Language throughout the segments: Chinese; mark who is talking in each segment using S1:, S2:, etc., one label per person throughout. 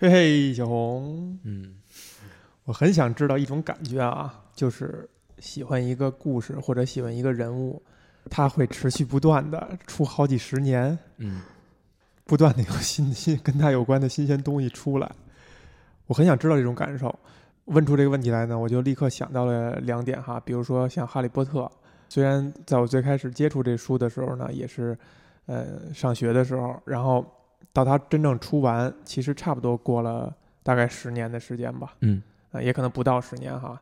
S1: 嘿嘿，小红，
S2: 嗯
S1: 我很想知道一种感觉啊，就是喜欢一个故事或者喜欢一个人物，它会持续不断的出好几十年，
S2: 嗯
S1: 不断的有新新跟它有关的新鲜东西出来。我很想知道这种感受。问出这个问题来呢，我就立刻想到了两点哈，比如说像《哈利波特》，虽然在我最开始接触这书的时候呢，也是，呃，上学的时候，然后到它真正出完，其实差不多过了大概十年的时间吧。
S2: 嗯
S1: 呃，也可能不到十年哈。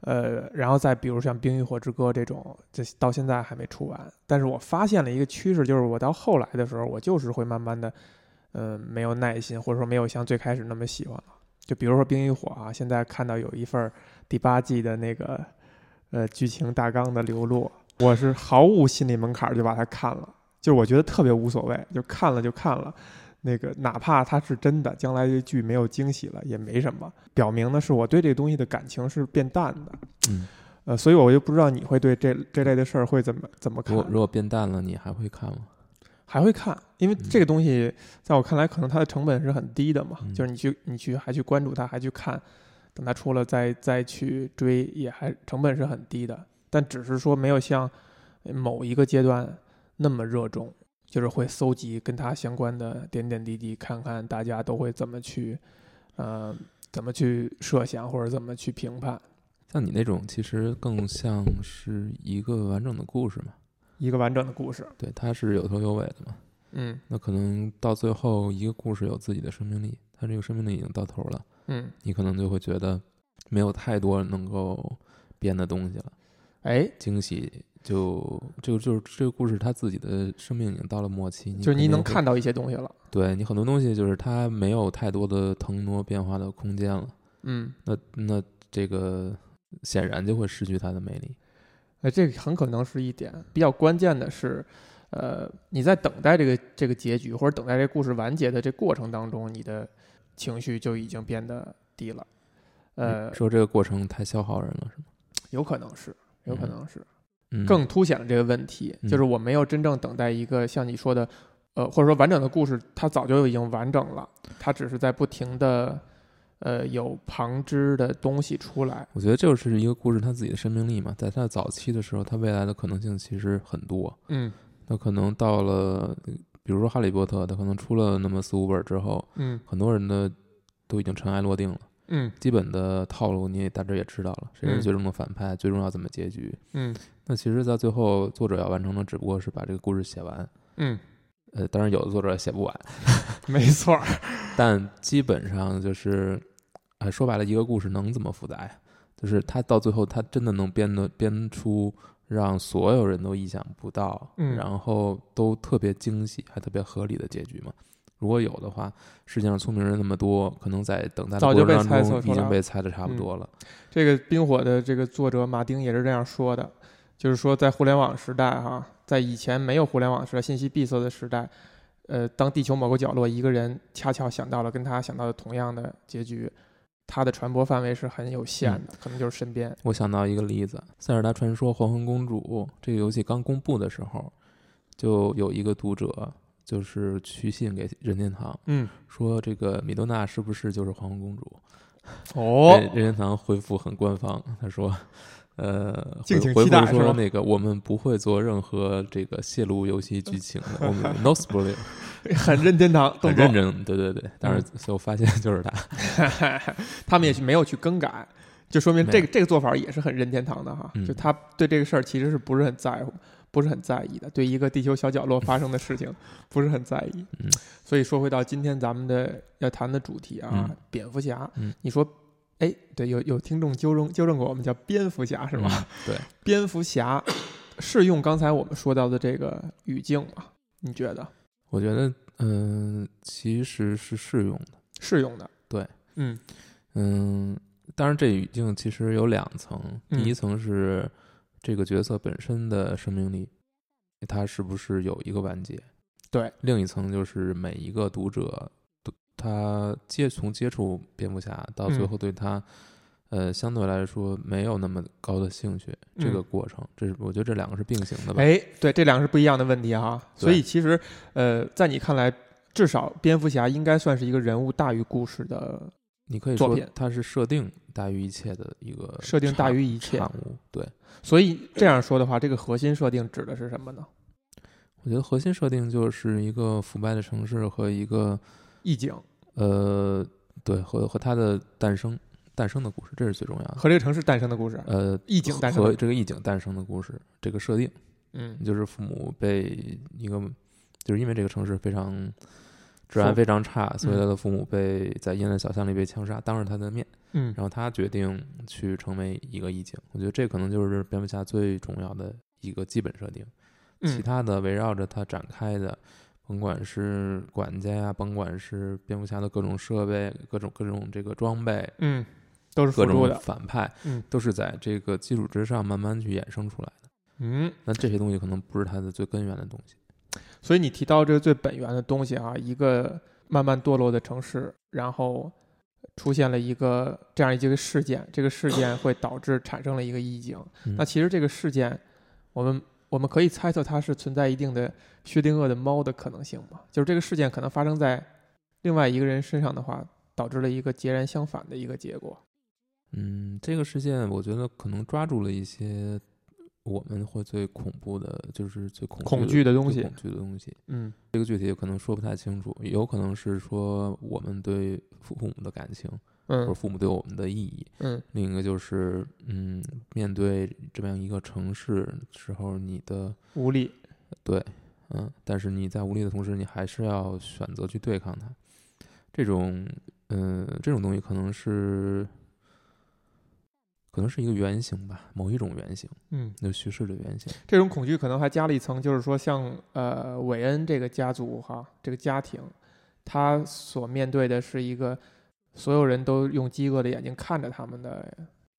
S1: 呃，然后再比如像《冰与火之歌》这种，这到现在还没出完。但是我发现了一个趋势，就是我到后来的时候，我就是会慢慢的，嗯、没有耐心，或者说没有像最开始那么喜欢了。就比如说《冰与火》啊，现在看到有一份儿第八季的那个呃剧情大纲的流露，我是毫无心理门槛儿就把它看了，就是我觉得特别无所谓，就看了就看了。那个哪怕它是真的，将来这剧没有惊喜了也没什么，表明的是我对这个东西的感情是变淡的。
S2: 嗯，
S1: 呃，所以我就不知道你会对这这类的事儿会怎么怎么
S2: 如
S1: 看
S2: 果，如果变淡了，你还会看吗？
S1: 还会看，因为
S2: 嗯
S1: 这个东西在我看来，可能它的成本是很低的嘛，
S2: 嗯
S1: 就是你去你去还去关注它，还去看，等它出了再再去追，也还成本是很低的，但只是说没有像某一个阶段那么热衷，就是会搜集跟它相关的点点滴滴，看看大家都会怎么去，呃，怎么去设想或者怎么去评判
S2: 像你那种，其实更像是一个完整的故事嘛，
S1: 一个完整的故事，
S2: 对，它是有头有尾的嘛。
S1: 嗯
S2: 那可能到最后，一个故事有自己的生命力，它这个生命力已经到头了，
S1: 嗯。
S2: 你可能就会觉得没有太多能够编的东西了，
S1: 哎，
S2: 惊喜就就就是这个故事它自己的生命已经到了末期，
S1: 就是你
S2: 肯定
S1: 能
S2: 会
S1: 看到一些东西了，
S2: 对你很多东西就是它没有太多的腾挪变化的空间了，
S1: 嗯，
S2: 那那这个显然就会失去它的魅力。
S1: 哎，这个很可能是一点。比较关键的是，呃，你在等待这个这个结局或者等待这故事完结的这过程当中，你的情绪就已经变得低了，呃
S2: 你，说这个过程太消耗人了，是吗？
S1: 有可能是，有可
S2: 嗯
S1: 能是，
S2: 嗯，
S1: 更凸显了这个问题，就是我没有真正等待一个像你说的，呃，或者说完整的故事，它早就已经完整了，它只是在不停的，呃，有旁支的东西出来，
S2: 我觉得就是一个故事它自己的生命力嘛，在它早期的时候，它未来的可能性其实很多。
S1: 嗯
S2: 那可能到了，比如说《哈利波特》，它可能出了那么四五本之后，
S1: 嗯
S2: 很多人的都已经尘埃落定了，
S1: 嗯
S2: 基本的套路你也大致也知道了，谁
S1: 嗯
S2: 是最终的反派，最终要怎么结局。
S1: 嗯
S2: 那其实，在最后作者要完成的只不过是把这个故事写完。
S1: 嗯，
S2: 呃，当然有的作者写不完，
S1: 没错儿，
S2: 但基本上就是，呃，说白了，一个故事能怎么复杂呀？就是他到最后，他真的能编的编出让所有人都意想不到，
S1: 嗯
S2: 然后都特别惊喜，还特别合理的结局吗？如果有的话，世界上聪明人那么多，可能在等待的
S1: 早就
S2: 过程
S1: 被猜
S2: 当
S1: 测
S2: 中
S1: 出
S2: 已
S1: 来
S2: 经
S1: 了嗯
S2: 被猜的差不多了。
S1: 这个《冰火》的这个作者马丁也是这样说的，就是说在互联网时代哈、在以前没有互联网时代、信息闭塞的时代，呃，当地球某个角落一个人恰巧想到了跟他想到的同样的结局，他的传播范围是很有限的，可能就是身边。
S2: 我想到一个例子，《塞尔达传说：黄昏公主》这个游戏刚公布的时候，就有一个读者就是去信给任天堂，
S1: 嗯，
S2: 说这个米多娜是不是就是黄昏公主？
S1: 哦
S2: 任任天堂回复很官方，他说，呃，
S1: 敬
S2: 回
S1: 请
S2: 回
S1: 期待
S2: 复
S1: 是吧
S2: 说那个我们不会做任何这个泄露游戏剧情的， 我们 no spoiler，
S1: 很任天堂，
S2: 很
S1: 动作嗯
S2: 认真，对对对，但是最后发现就是他，
S1: 他们也是没有去更改，就说明
S2: 没有
S1: 这个这个做法也是很任天堂的哈，
S2: 嗯
S1: 就他对这个事儿其实是不是很在乎，不是很在意的，对一个地球小角落发生的事 情不是很在意。
S2: 嗯
S1: 所以说回到今天咱们的要谈的主题啊，
S2: 嗯
S1: 蝙蝠侠，
S2: 嗯
S1: 你说。哎，对，有有听众纠正纠正过我们叫蝙蝠侠是吧？
S2: 嗯？对，
S1: 蝙蝠侠是用刚才我们说到的这个语境吗？你觉得
S2: 我觉得，嗯、其实是适用的。
S1: 适用的？
S2: 对，
S1: 嗯
S2: 嗯，当然，这语境其实有两层，第
S1: 嗯
S2: 一层是这个角色本身的生命力，它是不是有一个完结？
S1: 对，
S2: 另一层就是每一个读者，都他接从接触蝙蝠侠到最
S1: 嗯
S2: 后对他，呃，相对来说没有那么高的兴趣，这
S1: 嗯
S2: 个过程，这是我觉得这两个是并行的吧。
S1: 哎，对，这两个是不一样的问题哈。
S2: 对
S1: 所以其实，呃，在你看来，至少蝙蝠侠应该算是一个人物大于故事的
S2: 你可以
S1: 作
S2: 说
S1: 品
S2: 它是设定大于一切的一个
S1: 呃设定大
S2: 产
S1: 于一切
S2: 产物。对，
S1: 所以这样说的话，这个核心设定指的是什么呢？
S2: 我觉得核心设定就是一个腐败的城市和一个
S1: 意境
S2: 呃，对，和和它的诞生诞生的故事，这是最重要的。
S1: 和这个城市诞生的故事，
S2: 呃，
S1: 意境诞生
S2: 和
S1: 的，
S2: 这个意境诞生的故事，这个设定
S1: 嗯，
S2: 就是父母被一个，就是因为这个城市非常治安
S1: 父
S2: 非常差，
S1: 嗯
S2: 所以他的父母被在阴暗的小巷里被枪杀，当着他的面，
S1: 嗯
S2: 然后他决定去成为一个义警。我觉得这可能就是蝙蝠侠最重要的一个基本设定，其
S1: 嗯
S2: 他的围绕着他展开的。甭管是管家呀，甭管是蝙蝠侠的各种设备、各种各种这个装备，
S1: 嗯，都是
S2: 各
S1: 辅助
S2: 种
S1: 的，
S2: 反派，
S1: 嗯
S2: 都是在这个基础之上慢慢去衍生出来的。
S1: 嗯。
S2: 那这些东西可能不是它的最根源的东西。
S1: 所以你提到这个最本源的东西啊，一个慢慢堕落的城市，然后出现了一个这样一个事件，这个事件会导致产生了一个意境。
S2: 嗯
S1: 那其实这个事件，我们我们可以猜测它是存在一定的薛定谔的猫的可能性嘛？就是这个事件可能发生在另外一个人身上的话，导致了一个截然相反的一个结果。
S2: 嗯，这个事件我觉得可能抓住了一些我们会最恐怖的，就是最恐
S1: 恐
S2: 惧
S1: 惧
S2: 的
S1: 的东
S2: 最
S1: 西
S2: 恐惧的东西。
S1: 嗯
S2: 这个具体可能说不太清楚，有可能是说我们对父父母的感情，或者
S1: 嗯
S2: 父母对我们的意义。
S1: 嗯
S2: 另一个就是，嗯，面对这么样一个城市时候，你的
S1: 无力。
S2: 对，嗯，但是你在无力的同时，你还是要选择去对抗它。这种，嗯、这种东西可能是，可能是一个原型吧，某一种原型，
S1: 嗯，
S2: 就叙事的原型。
S1: 这种恐惧可能还加了一层，就是说像呃韦恩这个家族哈，这个家庭，他所面对的是一个所有人都用饥饿的眼睛看着他们的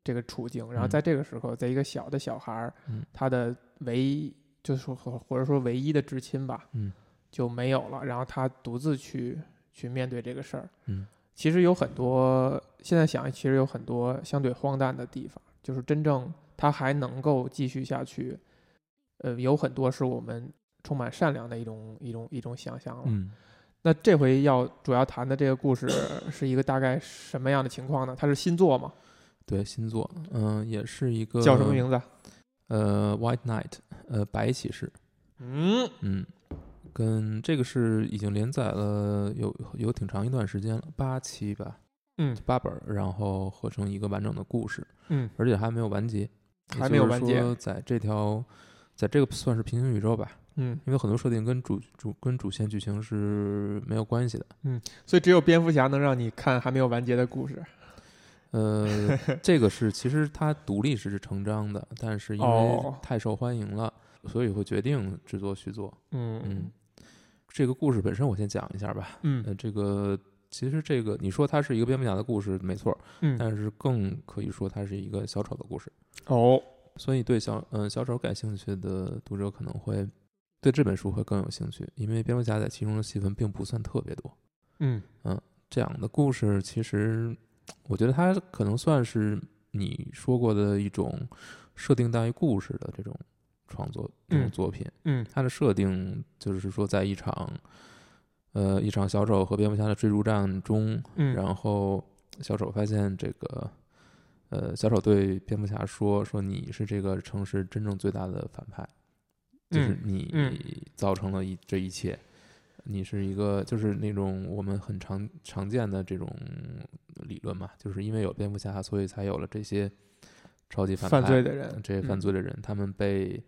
S1: 这个处境，然后
S2: 嗯
S1: 在这个时候，在一个小的小孩儿，
S2: 嗯
S1: 他的唯一就是说或或者说唯一的至亲吧，
S2: 嗯
S1: 就没有了，然后他独自去去面对这个事儿。
S2: 嗯，
S1: 其实有很多，现在想，其实有很多相对荒诞的地方，就是真正他还能够继续下去，呃，有很多是我们充满善良的一种一种一种想象了。
S2: 嗯
S1: 那这回要主要谈的这个故事是一个大概什么样的情况呢？它是新作吗？
S2: 对，新作，嗯、也是一个
S1: 叫什么名字啊？
S2: 呃，White Knight，呃，白骑士。
S1: 嗯
S2: 嗯，跟这个是已经连载了有有挺长一段时间了，八期吧，
S1: 嗯
S2: 八本儿，然后合成一个完整的故事。
S1: 嗯
S2: 而且还没有完结，
S1: 还没有完结
S2: 也就是说在这条，在这个算是平行宇宙吧，
S1: 嗯，
S2: 因为很多设定跟主主跟主线剧情是没有关系的。
S1: 所以只有蝙蝠侠能让你看还没有完结的故事。
S2: 呃，这个是其实它独立是成章的，但是因为
S1: 哦
S2: 太受欢迎了，所以会决定制作续作。嗯
S1: 嗯，
S2: 这个故事本身我先讲一下吧。
S1: 嗯
S2: 呃，这个其实这个你说它是一个蝙蝠侠的故事，没错，
S1: 嗯
S2: 但是更可以说它是一个小丑的故事。
S1: 哦
S2: 所以对小嗯、小丑感兴趣的读者可能会对这本书会更有兴趣，因为蝙蝠侠在其中的戏份并不算特别多。
S1: 嗯
S2: 这样的故事其实，我觉得它可能算是你说过的一种设定大于故事的这种创作这种
S1: 嗯
S2: 作品。
S1: 嗯
S2: 它的设定就是说，在一场呃一场小丑和蝙蝠侠的追逐战中，
S1: 嗯，
S2: 然后小丑发现这个，呃，小丑对蝙蝠侠说：“说你是这个城市真正最大的反派，就是
S1: 嗯
S2: 你
S1: 嗯
S2: 造成了一这一切，你是一个就是那种我们很常常见的这种理论嘛，就是因为有蝙蝠侠，所以才有了这些超级反派呃
S1: 犯罪的嗯人，
S2: 这些犯罪的人，他们被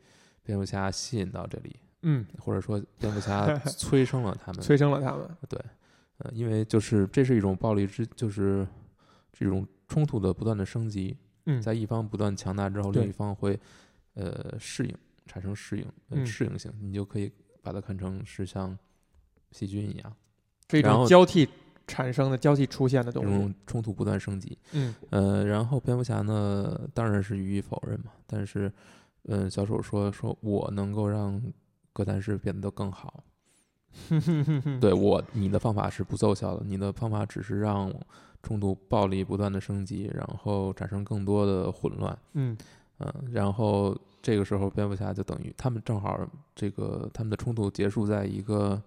S2: 蝙蝠侠吸引到这里，
S1: 嗯，
S2: 或者说蝙蝠 侠催生了他们，
S1: 催生了他们。
S2: 呃，因为就是这是一种暴力之，就是这种冲突的不断的升级，
S1: 嗯，
S2: 在一方不断强大之后，
S1: 对
S2: 另一方会呃适应，产生适应、呃、
S1: 嗯
S2: 适应性，你就可以把它看成是像细菌一样，
S1: 是一
S2: 然
S1: 种
S2: 后
S1: 交替产生的、交替出现的
S2: 这
S1: 东西。
S2: 种冲突不断升级。
S1: 嗯
S2: 呃，然后蝙蝠侠呢，当然是予以否认嘛，但是，嗯、小丑说说我能够让哥谭市变得更好，对我，你的方法是不奏效的，你的方法只是让冲突暴力不断的升级，然后产生更多的混乱。
S1: 嗯
S2: 嗯，然后这个时候蝙蝠侠就等于他们正好这个他们的冲突结束在一个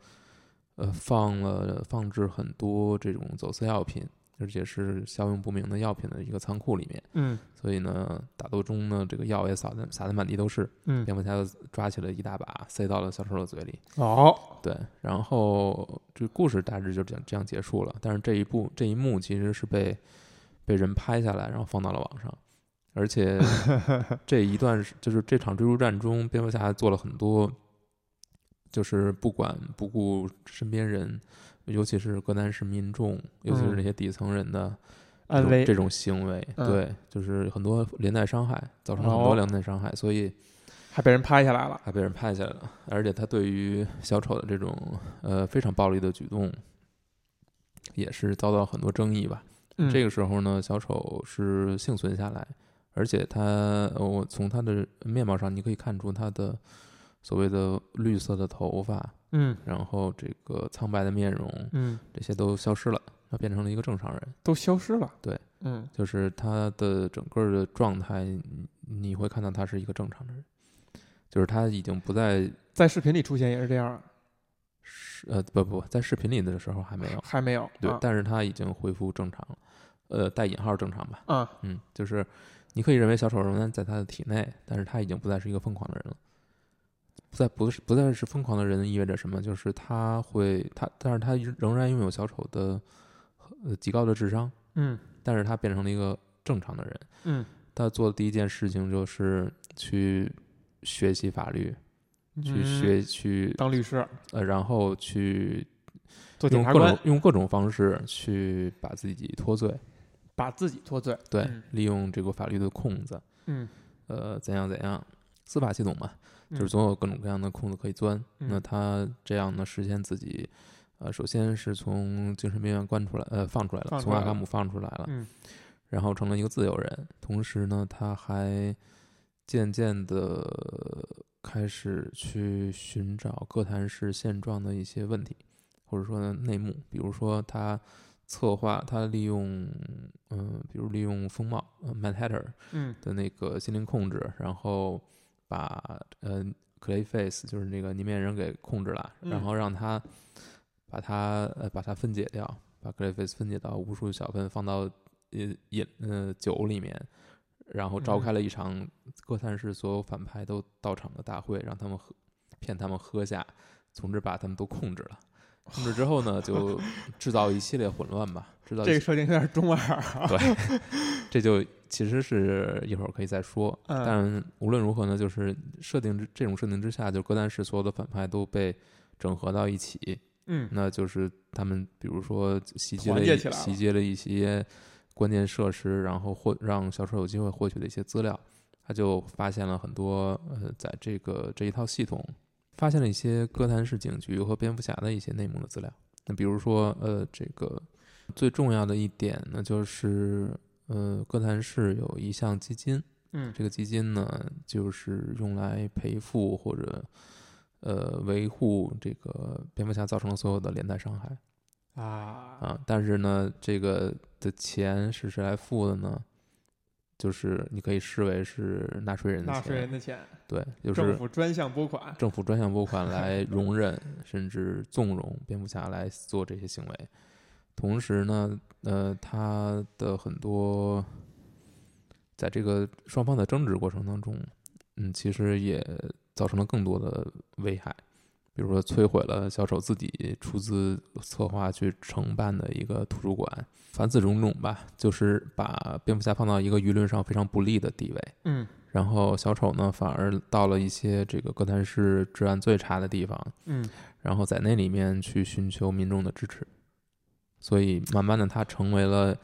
S2: 呃放了放置很多这种走私药品，而且是效用不明的药品的一个仓库里面。
S1: 嗯
S2: 所以呢，打斗中呢，这个药也撒的撒的满地都是，
S1: 嗯，
S2: 蝙蝠侠就抓起了一大把，塞到了小丑的嘴里。
S1: 哦，
S2: 对，然后这故事大致就这样这样结束了。但是这一部这一幕其实是被被人拍下来，然后放到了网上，而且这一段是就是这场追逐战中，蝙蝠侠做了很多，就是不管不顾身边人，尤其是格南市民众，尤其是
S1: 嗯
S2: 那些底层人的这
S1: 安
S2: 种
S1: 危
S2: 这种行为，
S1: 嗯
S2: 对，就是很多连带伤害，造成了很
S1: 哦
S2: 多连带伤害，所以。
S1: 还被人拍下来了。
S2: 还被人拍下来了，而且他对于小丑的这种呃非常暴力的举动，也是遭到很多争议吧。
S1: 嗯
S2: 这个时候呢，小丑是幸存下来，而且他呃我从他的面貌上你可以看出他的所谓的绿色的头发，
S1: 嗯
S2: 然后这个苍白的面容，
S1: 嗯，
S2: 这些都消失了，他变成了一个正常人。
S1: 都消失了。
S2: 对，
S1: 嗯，
S2: 就是他的整个的状态，你你会看到他是一个正常的人，就是他已经不再
S1: 在视频里出现也是这样，啊
S2: 是呃不不，在视频里的时候还 没有，
S1: 还没有。
S2: 对，
S1: 啊
S2: 但是他已经恢复正常了，呃，带引号正常吧，
S1: 啊，
S2: 嗯，就是你可以认为小丑仍然在他的体内，但是他已经不再是一个疯狂的人了。不再不是不再是疯狂的人意味着什么？就是他会他，但是他仍然拥有小丑的呃极高的智商，
S1: 嗯
S2: 但是他变成了一个正常的人。
S1: 嗯，
S2: 他做的第一件事情就是去学习法律，去学
S1: 嗯
S2: 去
S1: 当律师，
S2: 呃，然后去
S1: 做检
S2: 用
S1: 察
S2: 各
S1: 官
S2: 种，用各种方式去把自己脱罪，
S1: 把自己脱罪。
S2: 对，
S1: 嗯
S2: 利用这个法律的空子，
S1: 嗯
S2: 呃，怎样怎样，司法系统嘛，就是
S1: 嗯
S2: 总有各种各样的空子可以钻。那
S1: 嗯
S2: 他这样呢，实现自己，呃，首先是从精神病院关出来，呃，放出来
S1: 放出
S2: 了，从阿
S1: 来
S2: 卡
S1: 了
S2: 姆放出来了，
S1: 嗯
S2: 然后成了一个自由人。同时呢，他还渐渐的开始去寻找哥谭市现状的一些问题，或者说呢内幕，比如说他策划，他利用嗯、比如利用风貌呃 m a t t e r
S1: 嗯
S2: 的那个心灵控制，然后把呃 Clayface 就是那个泥面人给控制了，
S1: 嗯
S2: 然后让他把他呃把它分解掉，把 Clayface 分解到无数小份，放到呃饮呃酒里面，然后召
S1: 嗯
S2: 开了一场哥谭市所有反派都到场的大会，让他们喝骗他们喝下，总之把他们都控制了。控制之后呢，就制造一系列混乱吧，制造一
S1: 这
S2: 系
S1: 个设定有点中二啊。
S2: 对，这就其实是一会儿可以再说。
S1: 嗯
S2: 但无论如何呢，就是设定之这种设定之下，就哥谭市所有的反派都被整合到一起，
S1: 嗯
S2: 那就是他们比如说袭击了
S1: 团
S2: 一
S1: 结起来了
S2: 袭击了一些关键设施，然后获让小丑有机会获取的一些资料，他就发现了很多呃，在这个这一套系统发现了一些哥谭市警局和蝙蝠侠的一些内幕的资料。那比如说呃，这个最重要的一点呢，就是呃，哥谭市有一项基金，
S1: 嗯
S2: 这个基金呢，就是用来赔付或者呃维护这个蝙蝠侠造成的所有的连带伤害
S1: 啊，
S2: 啊。但是呢，这个的钱是谁来付的呢？就是你可以视为是纳税人的
S1: 纳
S2: 钱，
S1: 税人的钱，
S2: 对，就是
S1: 政府专项拨款。
S2: 政府专项拨款来容忍甚至纵容蝙蝠侠来做这些行为。同时呢，呃，他的很多在这个双方的争执过程当中，嗯，其实也造成了更多的危害，比如说摧毁了小丑自己出资策划去承办的一个图书馆，凡此种种吧，就是把蝙蝠侠放到一个舆论上非常不利的地位。
S1: 嗯
S2: 然后小丑呢，反而到了一些这个哥谭市治安最差的地方，
S1: 嗯
S2: 然后在那里面去寻求民众的支持，所以慢慢的他成为了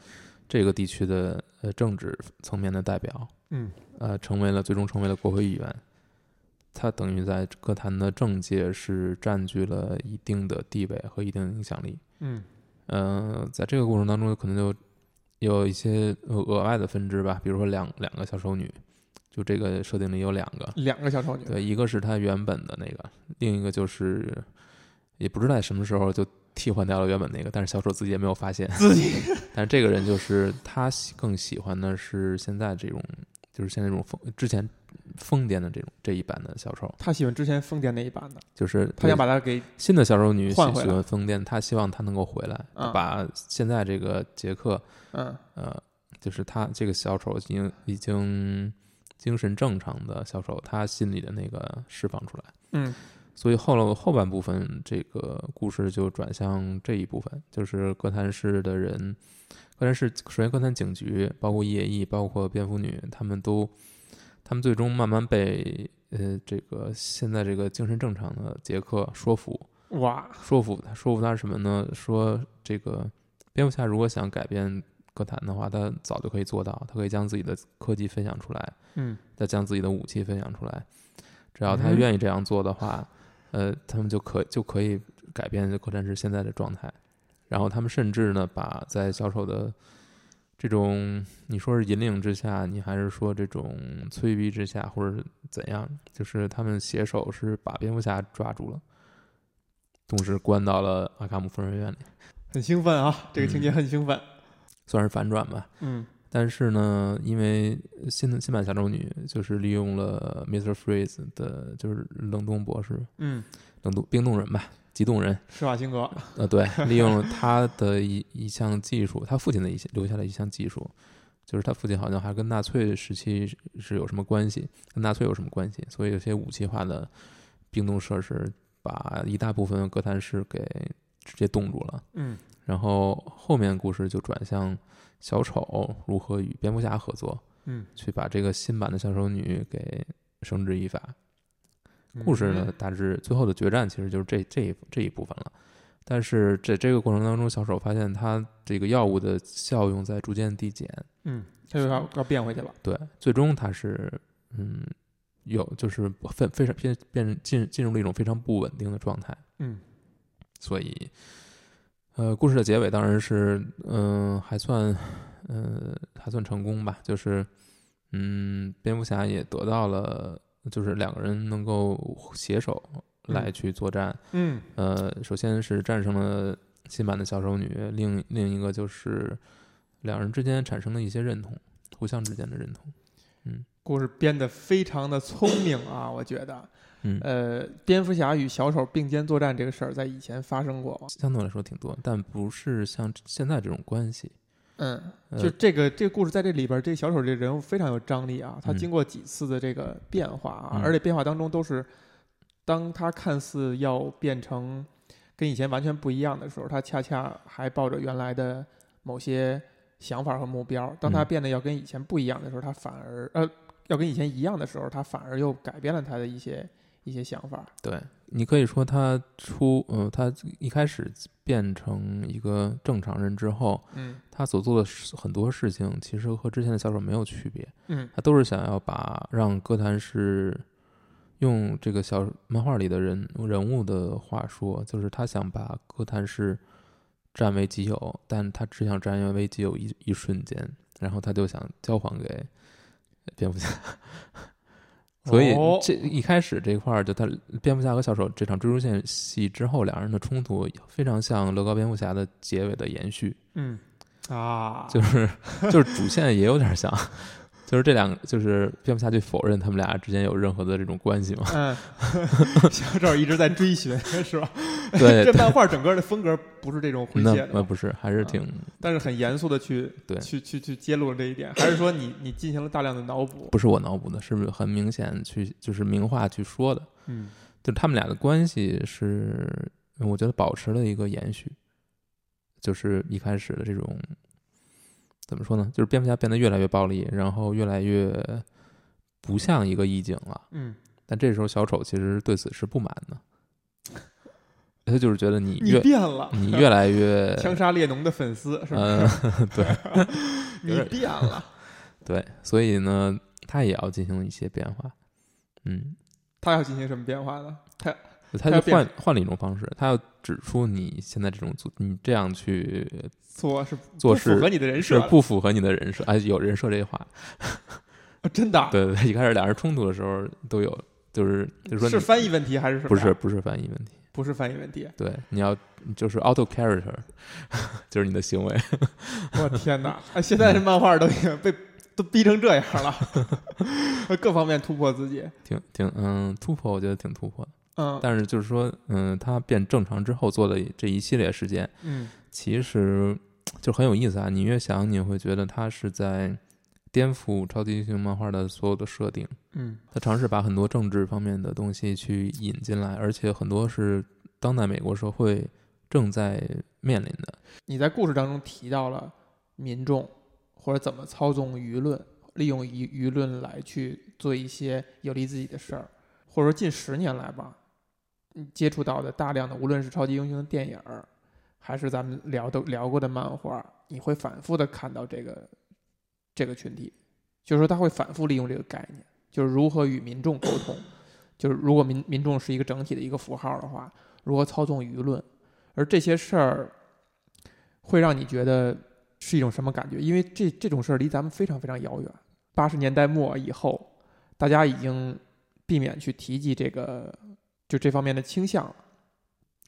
S2: 这个地区的呃政治层面的代表，
S1: 嗯
S2: 呃，成为了最终成为了国会议员。他等于在歌坛的政界是占据了一定的地位和一定的影响力。
S1: 嗯
S2: 呃，在这个过程当中，可能就有一些呃额外的分支吧，比如说两两个小丑女，就这个设定里有两个，
S1: 两个小丑女。
S2: 对，一个是他原本的那个，另一个就是也不知道在什么时候就替换掉了原本那个，但是小丑自己也没有发现。
S1: 自己
S2: 但是这个人就是他喜更喜欢的是现在这种，就是现在这种风，之前疯癫的这种这一版的小丑，
S1: 他喜欢之前疯癫那一版的，
S2: 就是
S1: 他想把它给
S2: 新的小丑女喜
S1: 换回来
S2: 喜欢疯癫，她希望她能够回来，
S1: 嗯
S2: 把现在这个杰克，
S1: 嗯
S2: 呃，就是他这个小丑已经已经精神正常的小丑，他心里的那个释放出来。
S1: 嗯
S2: 所以后来后半部分这个故事就转向这一部分，就是哥谭市的人，哥谭市首先哥谭警局，包括夜翼，包括蝙蝠女，他们都，他们最终慢慢被呃这个现在这个精神正常的杰克说服，
S1: 哇
S2: 说服他，说服他是什么呢？说这个蝙蝠侠如果想改变哥谭的话，他早就可以做到，他可以将自己的科技分享出来，
S1: 嗯
S2: 再将自己的武器分享出来。只要他
S1: 嗯
S2: 愿意这样做的话，呃，他们就可就可以改变柯战士现在的状态。然后他们甚至呢，把在小丑的这种你说是引领之下，你还是说这种催逼之下，或者是怎样，就是他们携手是把蝙蝠侠抓住了，同时关到了阿卡姆疯人院里，
S1: 很兴奋啊，这个情节
S2: 嗯
S1: 很兴奋，
S2: 算是反转吧。
S1: 嗯
S2: 但是呢，因为新的新版小丑女就是利用了 Mr. Freeze 的，就是冷冻博士、
S1: 嗯，
S2: 冷冻冰冻人吧，极冻人，
S1: 施瓦辛格，
S2: 呃，对，利用了他的一一项技术，他父亲的一些留下的一项技术，就是他父亲好像还跟纳粹时期是是有什么关系，跟纳粹有什么关系，所以有些武器化的冰冻设施把一大部分哥谭市给直接冻住了。
S1: 嗯
S2: 然后后面故事就转向小丑如何与蝙蝠侠合作，
S1: 嗯，
S2: 去把这个新版的小丑女给绳之以法。
S1: 嗯
S2: 故事呢，大致最后的决战其实就是这这一这一部分了。但是在这个过程当中，小丑发现他这个药物的效用在逐渐递减，
S1: 嗯，他就要要变回去了，
S2: 对，最终他是嗯有就是非非常变变进进入了一种非常不稳定的状态。
S1: 嗯
S2: 所以，呃，故事的结尾当然是，嗯、还算，呃，还算成功吧。就是，嗯，蝙蝠侠也得到了，就是两个人能够携手来去作战。
S1: 嗯
S2: 呃，首先是战胜了新版的小丑女，另另一个就是两人之间产生了一些认同，互相之间的认同。
S1: 故事编得非常的聪明啊，我觉得，
S2: 嗯，
S1: 呃，蝙蝠侠与小丑并肩作战这个事儿在以前发生过吗？
S2: 相对来说挺多，但不是像现在这种关系。
S1: 嗯，
S2: 呃
S1: 就这个这个故事在这里边儿，这个小丑这个人物非常有张力啊，他
S2: 嗯
S1: 经过几次的这个变化啊，
S2: 嗯
S1: 而且变化当中都是，当他看似要变成跟以前完全不一样的时候，他恰恰还抱着原来的某些想法和目标。当他
S2: 嗯
S1: 变得要跟以前不一样的时候，他反而呃要跟以前一样的时候，他反而又改变了他的一些一些想法。
S2: 对你可以说他出，呃，他一开始变成一个正常人之后，
S1: 嗯
S2: 他所做的事很多事情其实和之前的小丑没有区别，
S1: 嗯
S2: 他都是想要把让哥谭市用这个小漫画里的人人物的话说，就是他想把哥谭市占为己有，但他只想占为己有一一瞬间，然后他就想交还给蝙蝠侠。所以
S1: 哦
S2: 这一开始这块儿，就他蝙蝠侠和小丑这场追逐线戏之后，两人的冲突非常像乐高蝙蝠侠的结尾的延 续，
S1: 嗯啊，
S2: 就是就是主线也有点像，就是这两个就是蝙蝠侠去否认他们俩之间有任何的这种关系 嘛？
S1: 嗯，小丑一直在追寻，是吧？
S2: 对
S1: 这漫画整个的风格不是这种诙
S2: 那
S1: 谐
S2: 呃那
S1: 的，
S2: 不是，还是挺
S1: 但是很严肃的去
S2: 对
S1: 去去去揭露了这一点，还是说你你进行了大量的脑补？
S2: 不是我脑补的，是不是很明显去就是明话去说的？
S1: 嗯
S2: 就是他们俩的关系是，我觉得保持了一个延续，就是一开始的这种怎么说呢？就是蝙蝠侠变得越来越暴力，然后越来越不像一个义警了。
S1: 嗯，
S2: 但这时候小丑其实对此是不满的，他就是觉得你
S1: 你
S2: 越
S1: 变了，
S2: 你越来越
S1: 枪杀列侬的粉丝是吧？
S2: 呃对
S1: 你变了，
S2: 对，所以呢，他也要进行一些变化。嗯，
S1: 他要进行什么变化呢？他
S2: 他
S1: 要
S2: 就
S1: 变
S2: 换换了一种方式，他要指出你现在这种做你这样去
S1: 做是
S2: 做
S1: 不
S2: 事
S1: 符合你的人
S2: 是
S1: 设的，
S2: 不符合你的人设，哎，有人设这话，
S1: 啊真的啊
S2: 对对对，一开始俩人冲突的时候都有，就是就是说你
S1: 是翻译问题还是什么呀？
S2: 不是不是翻译问题，
S1: 不是翻译问题，
S2: 对，你要就是 auto character，就是你的行为，
S1: 我天哪！哎，现在这漫画都已经被都逼成这样了， 各方面突破自己。
S2: 挺挺嗯突破，我觉得挺突破的。
S1: 嗯
S2: 但是就是说，嗯，它变正常之后做的这一系列事件，
S1: 嗯
S2: 其实就很有意思啊。你越想，你会觉得它是在颠覆超级英雄漫画的所有的设定。
S1: 嗯
S2: 他尝试把很多政治方面的东西去引进来，而且很多是当代美国社会正在面临的。
S1: 你在故事当中提到了民众或者怎么操纵舆论，利用舆舆论来去做一些有利自己的事儿，或者说近十年来吧，嗯接触到的大量的无论是超级英雄的电影儿，还是咱们聊的聊过的漫画，你会反复的看到这个这个群体，就是说他会反复利用这个概念，就是如何与民众沟通，就是如果民民众是一个整体的一个符号的话，如何操纵舆论，而这些事儿。会让你觉得是一种什么感觉？因为这这种事儿离咱们非常非常遥远。八十年代末以后，大家已经避免去提及这个就这方面的倾向了。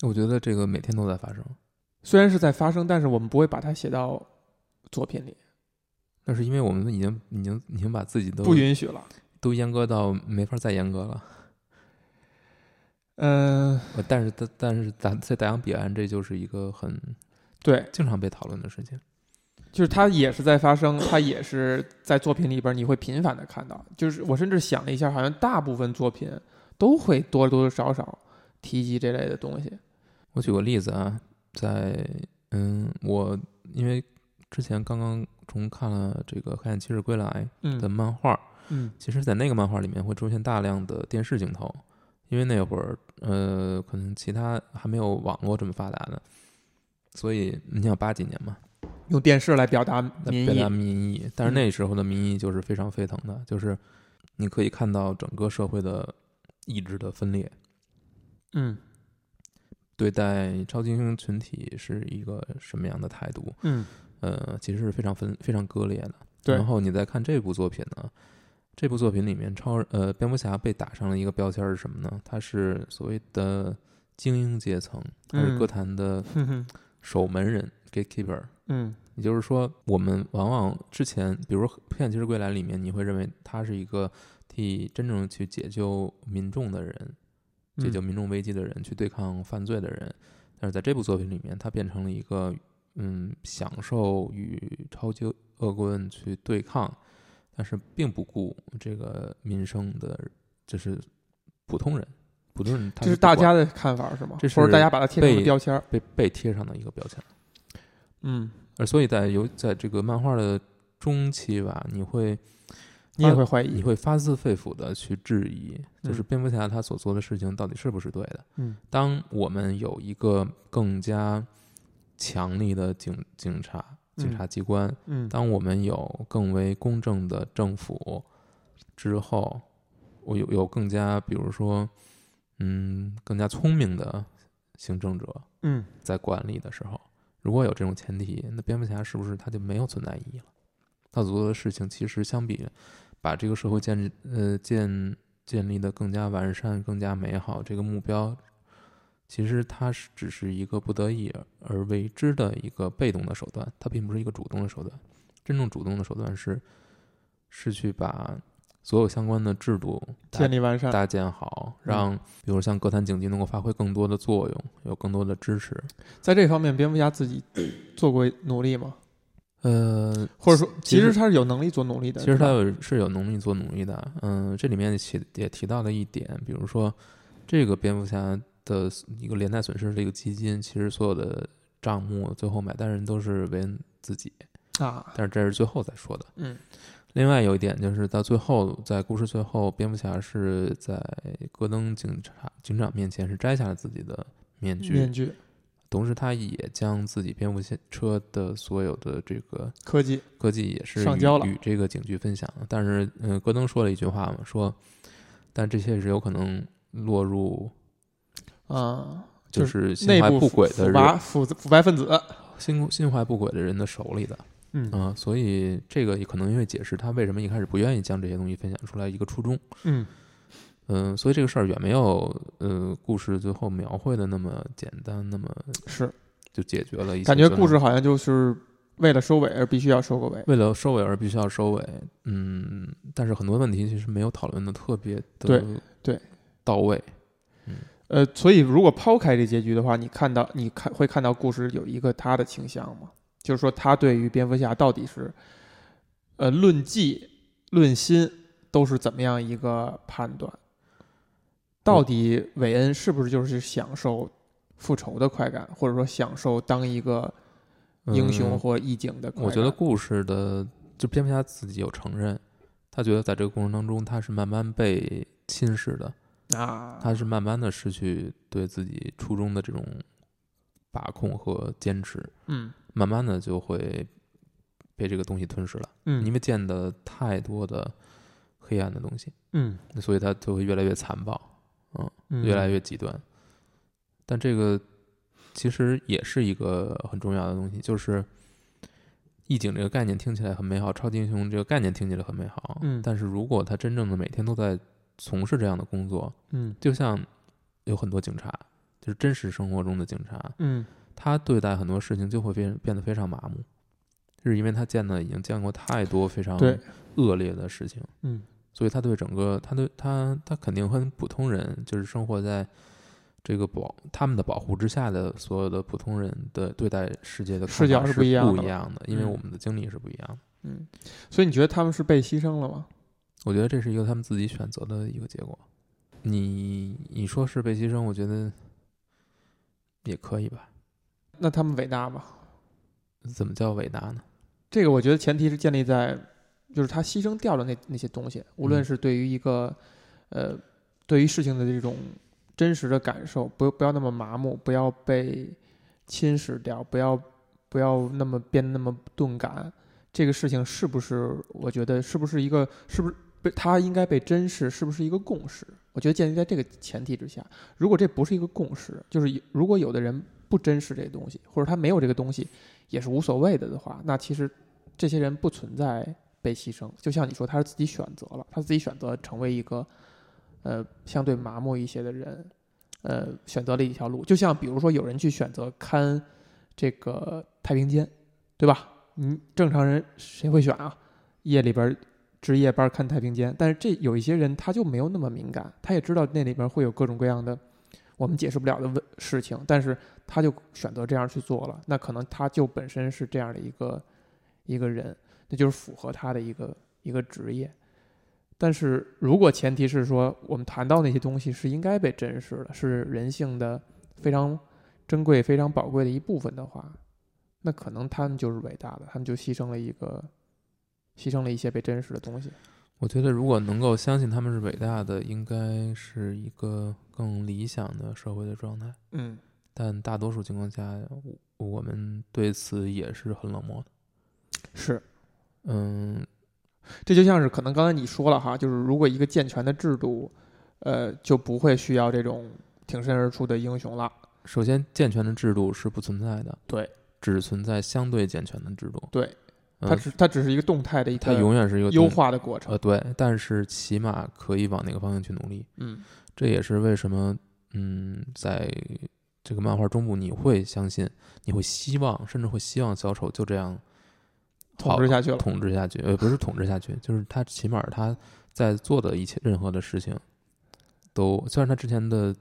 S2: 我觉得这个每天都在发生，
S1: 虽然是在发生，但是我们不会把它写到作品里，
S2: 那是因为我们已经已经已经把自己都
S1: 不允许了。
S2: 都阉割到没法再阉割了。
S1: 嗯、
S2: 呃但是但但是咱在大洋彼岸，这就是一个很
S1: 对，
S2: 经常被讨论的事情。
S1: 就是它也是在发生，它也是在作品里边你会频繁的看到。就是我甚至想了一下，好像大部分作品都会多多少少提及这类的东西。
S2: 我举个例子啊，在嗯，我因为之前刚刚重看了这个《黑暗骑士归来》的
S1: 嗯
S2: 漫画，
S1: 嗯
S2: 其实，在那个漫画里面会出现大量的电视镜头，因为那会儿呃，可能其他还没有网络这么发达呢，所以你想八几年嘛，
S1: 用电视来表达
S2: 那
S1: 民
S2: 表
S1: 意
S2: 达。民意，但是
S1: 嗯
S2: 那时候的民意就是非常沸腾的，就是你可以看到整个社会的意志的分裂，
S1: 嗯
S2: 对待超级英雄群体是一个什么样的态度，
S1: 嗯。
S2: 呃，其实是非常分非常割裂的。
S1: 对
S2: 然后你再看这部作品呢，这部作品里面超呃蝙蝠侠被打上了一个标签是什么呢？他是所谓的精英阶层，他是
S1: 嗯
S2: 歌坛的
S1: 哼哼，
S2: 守门人、gatekeeper。
S1: 嗯
S2: 也就是说，我们往往之前，比如《黑暗骑士归来》里面，你会认为他是一个替真正去解救民众的人，解救
S1: 嗯
S2: 民众危机的人，去对抗犯罪的人。但是在这部作品里面，他变成了一个嗯，享受与超级恶棍去对抗，但是并不顾这个民生的，就是普通人，普通人他
S1: 这是
S2: 不
S1: 大
S2: 管
S1: 家的看法是吗？
S2: 这是
S1: 或者大家把它贴成
S2: 被
S1: 了标签儿？
S2: 被被贴上的一个标签。
S1: 嗯，
S2: 而所以在有在这个漫画的中期吧，你会
S1: 你也会怀疑
S2: 啊你。会发自肺腑的去质疑，
S1: 嗯
S2: 就是蝙蝠侠他所做的事情到底是不是对的。
S1: 嗯
S2: 当我们有一个更加强力的警警察、警察机关，
S1: 嗯
S2: 当我们有更为公正的政府之后，我有有更加，比如说，嗯，更加聪明的行政者
S1: 嗯，
S2: 在管理的时候，如果有这种前提，那蝙蝠侠是不是他就没有存在意义了？他所做的事情其实相比把这个社会建呃建建立的更加完善、更加美好这个目标，其实它是只是一个不得已而为之的一个被动的手段，它并不是一个主动的手段。真正主动的手段是是去把所有相关的制度搭
S1: 建立完善。
S2: 搭建好，让比如像歌坛警局能够发挥更多的作用，有更多的支持。
S1: 在这方面，蝙蝠侠自己做过努力吗？
S2: 呃，
S1: 或者说，
S2: 其
S1: 其
S2: 实
S1: 实他是有能力做努力的。
S2: 其实
S1: 是吧
S2: 他有是有能力做努力的。嗯、这里面提也提到了一点，比如说这个蝙蝠侠的一个连带损失的一个基金，其实所有的账目最后买单人都是韦恩自己，
S1: 啊，
S2: 但是这是最后再说的。
S1: 嗯
S2: 另外有一点就是到最后，在故事最后，蝙蝠侠是在戈登警察警长面前是摘下了自己的面具，
S1: 面具、
S2: 同时他也将自己蝙蝠侠车的所有的这个
S1: 科技，
S2: 科技也是
S1: 上
S2: 与
S1: 交了
S2: 与这个警局分享的。但是，嗯、戈登说了一句话嘛，说，但这些是有可能落入
S1: 啊，
S2: 就
S1: 就是
S2: 心
S1: 内
S2: 怀
S1: 部
S2: 不轨的
S1: 腐
S2: 人
S1: 败腐腐败分子。
S2: 心心怀不轨的人的手里的
S1: 嗯
S2: 啊、所以这个也可能也会解释他为什么一开始不愿意将这些东西分享出来一个初衷。
S1: 嗯
S2: 嗯、所以这个事儿远没有呃故事最后描绘的那么简单，那么
S1: 是，
S2: 就解决了一些
S1: 感觉
S2: 最后
S1: 故事好像就是为了收尾而必须要收个尾。
S2: 为了收尾而必须要收尾，嗯，但是很多问题其实没有讨论的特别的
S1: 对对
S2: 到位，
S1: 呃，所以如果抛开这结局的话，你看到你看会看到故事有一个他的倾向吗？就是说他对于蝙蝠侠到底是，呃，论迹论心都是怎么样一个判断？到底韦恩是不是就是享受复仇的快感，或者说享受当一个英雄
S2: 嗯
S1: 或义警的快感？
S2: 我觉得故事的，就蝙蝠侠自己有承认，他觉得在这个过程当中，他是慢慢被侵蚀的，
S1: 啊，
S2: 他是慢慢的失去对自己初衷的这种把控和坚持，
S1: 嗯
S2: 慢慢的就会被这个东西吞噬了，
S1: 嗯
S2: 因为见的太多的黑暗的东西，
S1: 嗯
S2: 所以他就会越来越残暴，
S1: 嗯
S2: 越来越极端。但这个其实也是一个很重要的东西，就是义警这个概念听起来很美好，超级英雄这个概念听起来很美好，
S1: 嗯
S2: 但是如果他真正的每天都在从事这样的工作，
S1: 嗯
S2: 就像有很多警察，就是真实生活中的警察，
S1: 嗯
S2: 他对待很多事情就会变变得非常麻木，是因为他见的已经见过太多非常
S1: 对
S2: 恶劣的事情。
S1: 嗯
S2: 所以他对整个他对他他肯定跟普通人，就是生活在这个保他们的保护之下的所有的普通人的对待世界的看法
S1: 视角是
S2: 是
S1: 不一样的
S2: 不一样的，因为
S1: 嗯
S2: 我们的经历是不一样的。
S1: 嗯，所以你觉得他们是被牺牲了吗？
S2: 我觉得这是一个他们自己选择的一个结果。你你说是被牺牲，我觉得也可以吧？
S1: 那他们伟大吗？
S2: 怎么叫伟大呢？
S1: 这个我觉得前提是建立在，就是他牺牲掉了那那些东西，无论
S2: 嗯
S1: 是对于一个，呃，对于事情的这种真实的感受，不不要那么麻木，不要被侵蚀掉，不要不要那么变得那么钝感。这个事情是不是？我觉得是不是一个？是不是被他应该被珍视？是不是一个共识？我觉得建立在这个前提之下，如果这不是一个共识，就是有如果有的人不珍视这个东西，或者他没有这个东西，也是无所谓的的话，那其实这些人不存在被牺牲。就像你说，他是自己选择了，他自己选择成为一个呃相对麻木一些的人，呃，选择了一条路。就像比如说，有人去选择看这个太平间，对吧？嗯，正常人谁会选啊？夜里边儿值夜班儿看太平间，但是这有一些人他就没有那么敏感，他也知道那里边会有各种各样的我们解释不了的问事情，但是他就选择这样去做了，那可能他就本身是这样的一个一个人，那就是符合他的一个一个职业。但是如果前提是说我们谈到那些东西是应该被珍视的，是人性的非常珍贵、非常宝贵的一部分的话，那可能他们就是伟大的，他们就牺牲了一个，牺牲了一些被珍视的东西。
S2: 我觉得，如果能够相信他们是伟大的，应该是一个更理想的社会的状态。
S1: 嗯
S2: 但大多数情况下，我我们对此也是很冷漠的。，
S1: 是，
S2: 嗯，
S1: 这就像是可能刚才你说了哈，就是如果一个健全的制度，呃，就不会需要这种挺身而出的英雄了。
S2: 首先，健全的制度是不存在的，
S1: 对，
S2: 只存在相对健全的制度。
S1: 对，
S2: 嗯、
S1: 它只它只是一个动态的一
S2: 它
S1: 个
S2: 永远是一个
S1: 优
S2: 动
S1: 化的过程
S2: 呃。对，但是起码可以往那个方向去努力。
S1: 嗯
S2: 这也是为什么，嗯，在这个漫画中部，你会相信，你会希望，甚至会希望小丑就这样
S1: 统治下去了。
S2: 统治下去，呃，不是统治下去，就是他起码他在做的一切任何的事情，都虽然他之前的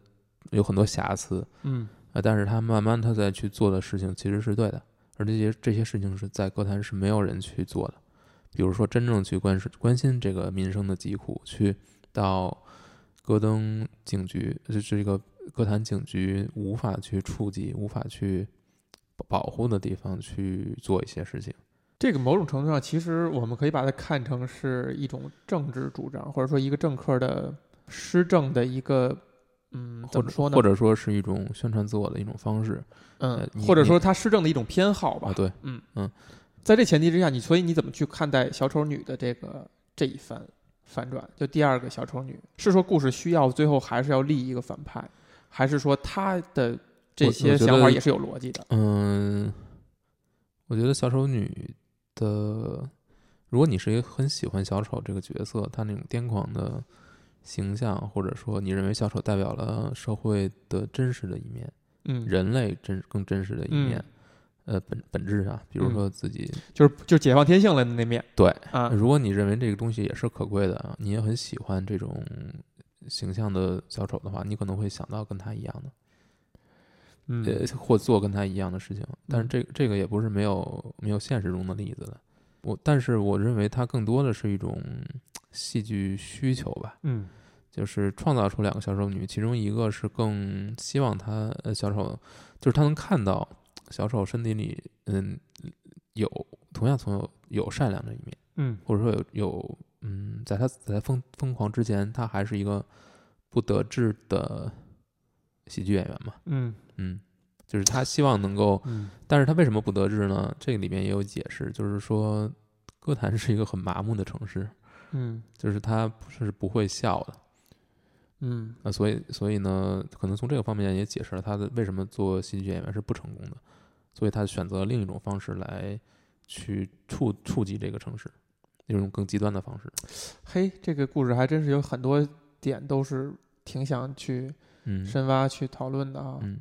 S2: 有很多瑕疵，
S1: 嗯
S2: 呃，但是他慢慢他在去做的事情其实是对的，而这些这些事情是在歌坛是没有人去做的，比如说真正去关是关心这个民生的疾苦，去到戈登警局，呃这个歌坛警局无法去触及、无法去保护的地方去做一些事情。
S1: 这个某种程度上，其实我们可以把它看成是一种政治主张，或者说一个政客的施政的一个，嗯，
S2: 或
S1: 怎么
S2: 者
S1: 说呢？
S2: 或者说是一种宣传自我的一种方式
S1: 嗯
S2: 呃，你
S1: 或者
S2: 你
S1: 说他施政的一种偏好吧
S2: 啊。。对，
S1: 在这前提之下，你所以你怎么去看待小丑女的这个这一番反转？就第二个小丑女，是说故事需要最后还是要立一个反派，还是说她的这
S2: 我
S1: 些
S2: 我觉得
S1: 想法也是有逻辑的？
S2: 嗯，我觉得小丑女的，如果你是一个很喜欢小丑这个角色，他那种癫狂的形象，或者说你认为小丑代表了社会的真实的一面，
S1: 嗯，
S2: 人类真更真实的一面，呃本本质上，比如说自己，
S1: 就是就是解放天性了的那面
S2: 对，
S1: 嗯啊，
S2: 如果你认为这个东西也是可贵的，你也很喜欢这种形象的小丑的话，你可能会想到跟他一样的，
S1: 嗯
S2: 呃，或做跟他一样的事情。但是这个这个也不是没有没有现实中的例子的。我但是我认为它更多的是一种戏剧需求吧，
S1: 嗯
S2: 就是创造出两个小丑女，其中一个是更希望她呃小丑，就是她能看到小丑身体里嗯有同样从有有善良的一面。
S1: 嗯
S2: 或者说有有嗯，在他在他疯疯狂之前，他还是一个不得志的喜剧演员嘛，
S1: 嗯
S2: 嗯，就是他希望能够，
S1: 嗯
S2: 但是他为什么不得志呢？这个里面也有解释，就是说哥谭是一个很麻木的城市，
S1: 嗯
S2: 就是他不是不会笑的，
S1: 嗯
S2: 那所以所以呢，可能从这个方面也解释了他的为什么做喜剧演员是不成功的，所以他选择另一种方式来去触触及这个城市，一种更极端的方式，
S1: 嘿，这个故事还真是有很多点都是挺想去
S2: 嗯，
S1: 深挖、去讨论的啊。
S2: 嗯，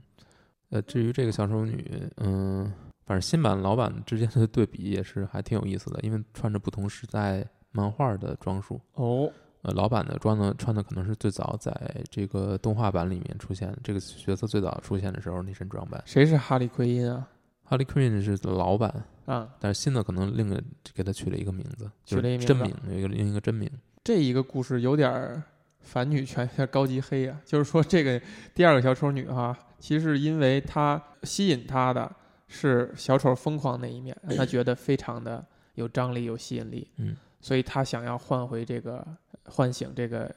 S2: 呃，至于这个小丑女，嗯、反正新版老版之间的对比也是还挺有意思的，因为穿着不同时代漫画的装束。
S1: 哦，
S2: 呃，老版的装的穿的可能是最早在这个动画版里面出现的，这个角色最早出现的时候那身装扮。
S1: 谁是哈利奎因啊？
S2: Harley Quinn 是老版，
S1: 啊，
S2: 但是新的可能另一个给他取了一个名字，
S1: 取
S2: 就
S1: 了一
S2: 是
S1: 名
S2: 真
S1: 字
S2: 名，有一个另一个真名。
S1: 这一个故事有点儿反女权，有点高级黑啊。 就是说，这个第二个小丑女哈、其实因为她吸引她的是小丑疯狂那一 面，让她觉得非常的有张力、有吸引力，
S2: 嗯，
S1: 所以她想要换回这个唤醒这个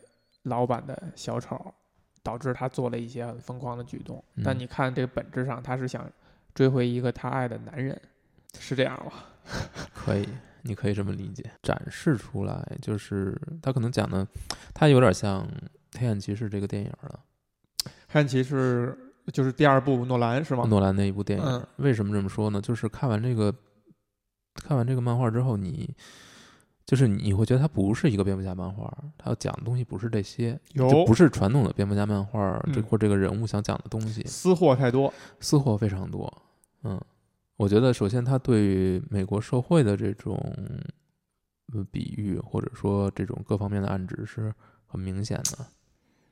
S1: 老板的小丑，导致她做了一些很疯狂的举动。
S2: 嗯
S1: 但你看，这个本质上她是想追回一个她爱的男人，是这样吗？
S2: 可以，你可以这么理解，展示出来就是他可能讲的，他有点像《黑暗骑士》这个电影了。
S1: 汉奇是就是第二部诺兰是吗？
S2: 诺兰那一部电影。
S1: 嗯
S2: 为什么这么说呢？就是看完这个，看完这个漫画之后，你就是你会觉得它不是一个蝙蝠侠漫画，它讲的东西不是这些，
S1: 有
S2: 就不是传统的蝙蝠侠漫画
S1: 哦嗯
S2: 这或这个人物想讲的东西，
S1: 私货太多，
S2: 私货非常多。嗯，我觉得首先他对于美国社会的这种呃比喻，或者说这种各方面的暗指是很明显的。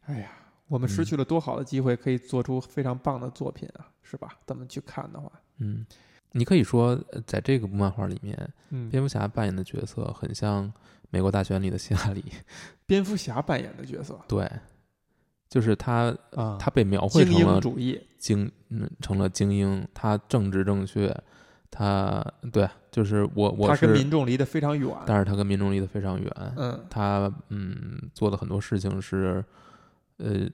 S1: 哎呀，我们失
S2: 嗯
S1: 去了多好的机会，可以做出非常棒的作品啊，是吧？咱们去看的话，
S2: 嗯，你可以说呃在这个漫画里面。
S1: 嗯
S2: 蝙蝠侠扮演的角色很像美国大选里的希拉里，
S1: 蝙蝠侠扮演的角色
S2: 对，就是
S1: 啊
S2: 他，呃他被描绘
S1: 精
S2: 成
S1: 英
S2: 了
S1: 主义，
S2: 精，嗯，成了精英，他政治正确，他对，就是我我
S1: 他跟
S2: 是，
S1: 民众离得非常远。
S2: 但是他跟民众离得非常远，
S1: 嗯
S2: 他嗯做的很多事情是，呃，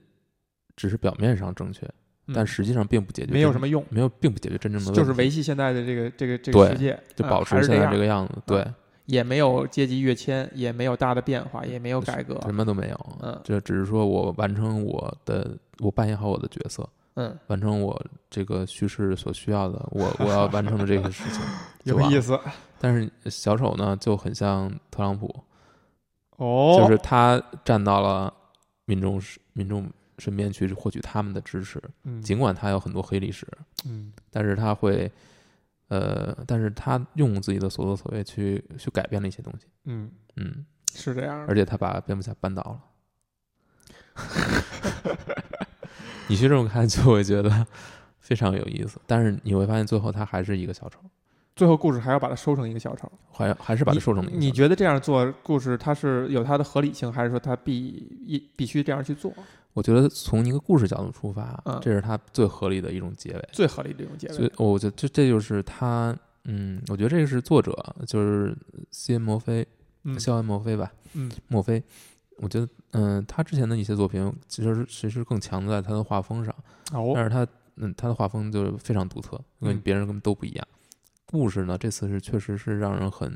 S2: 只是表面上正确，
S1: 嗯
S2: 但实际上并不解决，
S1: 没有什么，用，
S2: 没有，并不解决真正的问题，
S1: 就是维系现在的这个这个这个
S2: 对
S1: 世界，
S2: 就
S1: 啊
S2: 保持
S1: 还是
S2: 现在
S1: 样嗯
S2: 这个样子，对，
S1: 也没有阶级跃迁，也没有大的变化，也没有改革。
S2: 什么都没有，
S1: 嗯
S2: 这只是说我完成我的，我扮演好我的角色，
S1: 嗯，。
S2: 完成我这个叙事所需要的，我我要完成的这个事情
S1: 有意思
S2: 思。但是小丑呢，就很像特朗普，
S1: 哦，
S2: 就是他站到了民众民众身边去获取他们的支持，
S1: 嗯
S2: 尽管他有很多黑历史，
S1: 嗯
S2: 但是他会。呃，但是他用自己的所作所为去去改变了一些东西，
S1: 嗯
S2: 嗯，
S1: 是这样的
S2: 而。且他把蝙蝠侠扳倒了。 你去这么看，就会觉得非常有意思。但是你会发现，最后他还是一个小丑，
S1: 最后故事还要把它收成一个小丑。
S2: 还还是把它说成了一个
S1: 你
S2: 小丑
S1: 觉得这样做故事它是有它的合理性，还是说它必一必须这样去做
S2: 我觉得从一个故事角度出发，啊
S1: 嗯
S2: 这是他最合理的一种结尾。
S1: 最合理的这种结
S2: 所
S1: 尾？
S2: 以，我觉得这这就是他，嗯，我觉得这个是作者，就是西恩·墨菲，
S1: 嗯
S2: 肖恩·墨菲吧，
S1: 嗯
S2: 墨菲。我觉得，嗯、他之前的一些作品其实是其实更强在他的画风上，
S1: 哦
S2: 但是他嗯，他的画风就是非常独特，跟
S1: 嗯
S2: 别人根本都不一样。故事呢，这次是确实是让人很，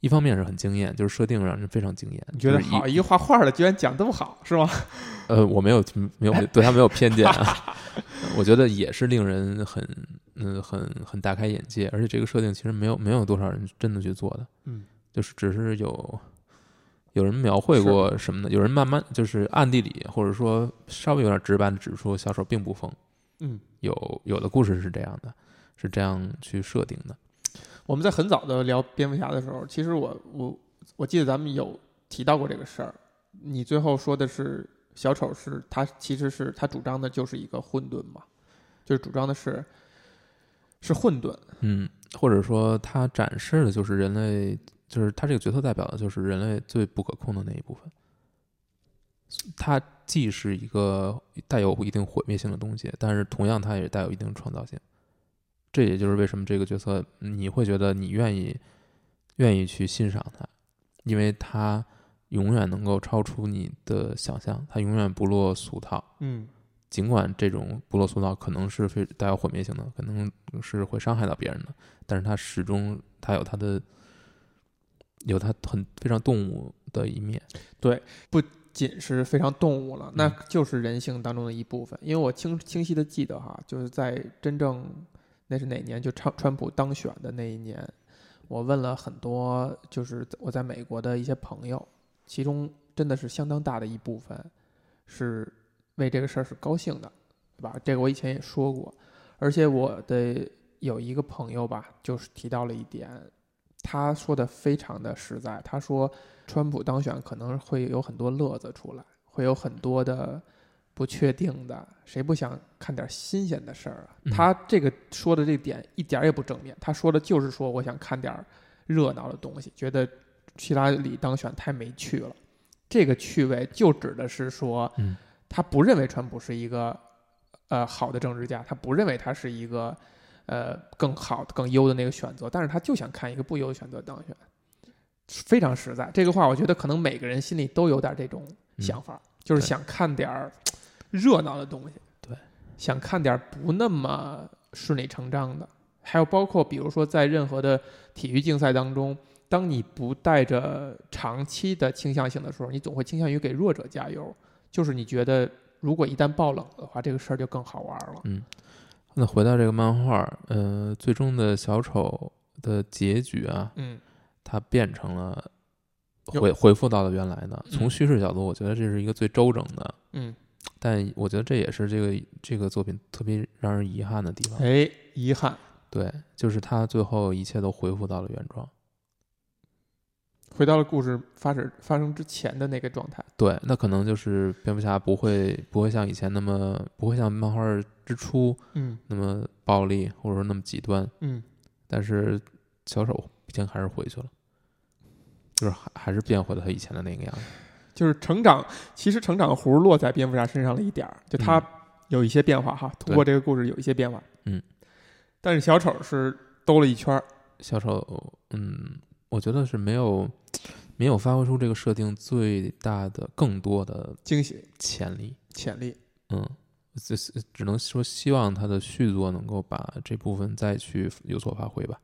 S2: 一方面是很惊艳，就是设定让人非常惊艳。
S1: 你觉得
S2: 就是一
S1: 好一个画画的居然讲这么好是吗？
S2: 呃，我没有没有对他没有偏见啊， 我觉得也是令人很嗯、很很大开眼界，而且这个设定其实没有没有多少人真的去做的，
S1: 嗯，
S2: 就是只是有有人描绘过什么的，有人慢慢就是暗地里或者说稍微有点直白的指出小丑并不疯，
S1: 嗯，
S2: 有有的故事是这样的，是这样去设定的。
S1: 我们在很早的聊蝙蝠侠的时候，其实我我我记得咱们有提到过这个事儿。你最后说的是小丑是他其实是他主张的就是一个混沌嘛，就是主张的是是混沌。
S2: 嗯，或者说它展示的就是人类，就是它这个角色代表的就是人类最不可控的那一部分。它既是一个带有一定毁灭性的东西，但是同样它也带有一定创造性。这也就是为什么这个角色你会觉得你愿意愿意去欣赏他，因为他永远能够超出你的想象，他永远不落俗套。
S1: 嗯，
S2: 尽管这种不落俗套可能是非带有毁灭性的，可能是会伤害到别人的，但是它始终它有它的有它很非常动物的一面。
S1: 仅是非常动物了，那就是人性当中的一部分。因为我清清晰的记得哈，就是在真正那是哪年就川川普当选的那一年，我问了很多就是我在美国的一些朋友，其中真的是相当大的一部分是为这个事儿是高兴的，对吧？这个我以前也说过，而且我的有一个朋友吧，就是提到了一点，他说的非常的实在，他说川普当选可能会有很多乐子出来，会有很多的不确定的，谁不想看点新鲜的事儿啊？
S2: 嗯
S1: 他这个说的这点一点儿也不正面，他说的就是说我想看点儿热闹的东西，觉得希拉里当选太没趣了。这个趣味就指的是说，
S2: 嗯
S1: 他不认为川普是一个呃好的政治家，他不认为他是一个呃更好、更优的那个选择，但是他就想看一个不优的选择当选，非常实在。这个话我觉得可能每个人心里都有点这种想法，就是
S2: 嗯对
S1: 想看点儿热闹的东西，
S2: 对，
S1: 想看点儿不那么顺理成章的。还有包括比如说在任何的体育竞赛当中，当你不带着长期的倾向性的时候，你总会倾向于给弱者加油，就是你觉得如果一旦爆冷的话，这个事儿就更好玩了。
S2: 那回到这个漫画，呃，最终的小丑的结局啊，
S1: 嗯
S2: 它变成了
S1: 有
S2: 回回复到了原来的。
S1: 嗯
S2: 从叙事角度，我觉得这是一个最周正的，
S1: 嗯，
S2: 但我觉得这也是这个这个作品特别让人遗憾的地方。
S1: 哎，遗憾
S2: 对，就是它最后一切都恢复到了原状。
S1: 回到了故事发始发生之前的那个状态。
S2: 对，那可能就是蝙蝠侠不会不会像以前那么不会像漫画之初
S1: 嗯
S2: 那么暴力，或者说那么极端，
S1: 嗯，
S2: 但是小丑毕竟还是回去了，就是还还是变回了他以前的那个样子。
S1: 就是成长，其实成长弧落在蝙蝠侠身上了一点儿，就他
S2: 嗯
S1: 有一些变化哈，通过这个故事有一些变化。
S2: 嗯，
S1: 但是小丑是兜了一圈儿。
S2: 小丑，嗯，我觉得是没有没有发挥出这个设定最大的更多的
S1: 惊喜
S2: 潜力，
S1: 潜力，
S2: 嗯，只只能说希望他的续作能够把这部分再去有所发挥吧。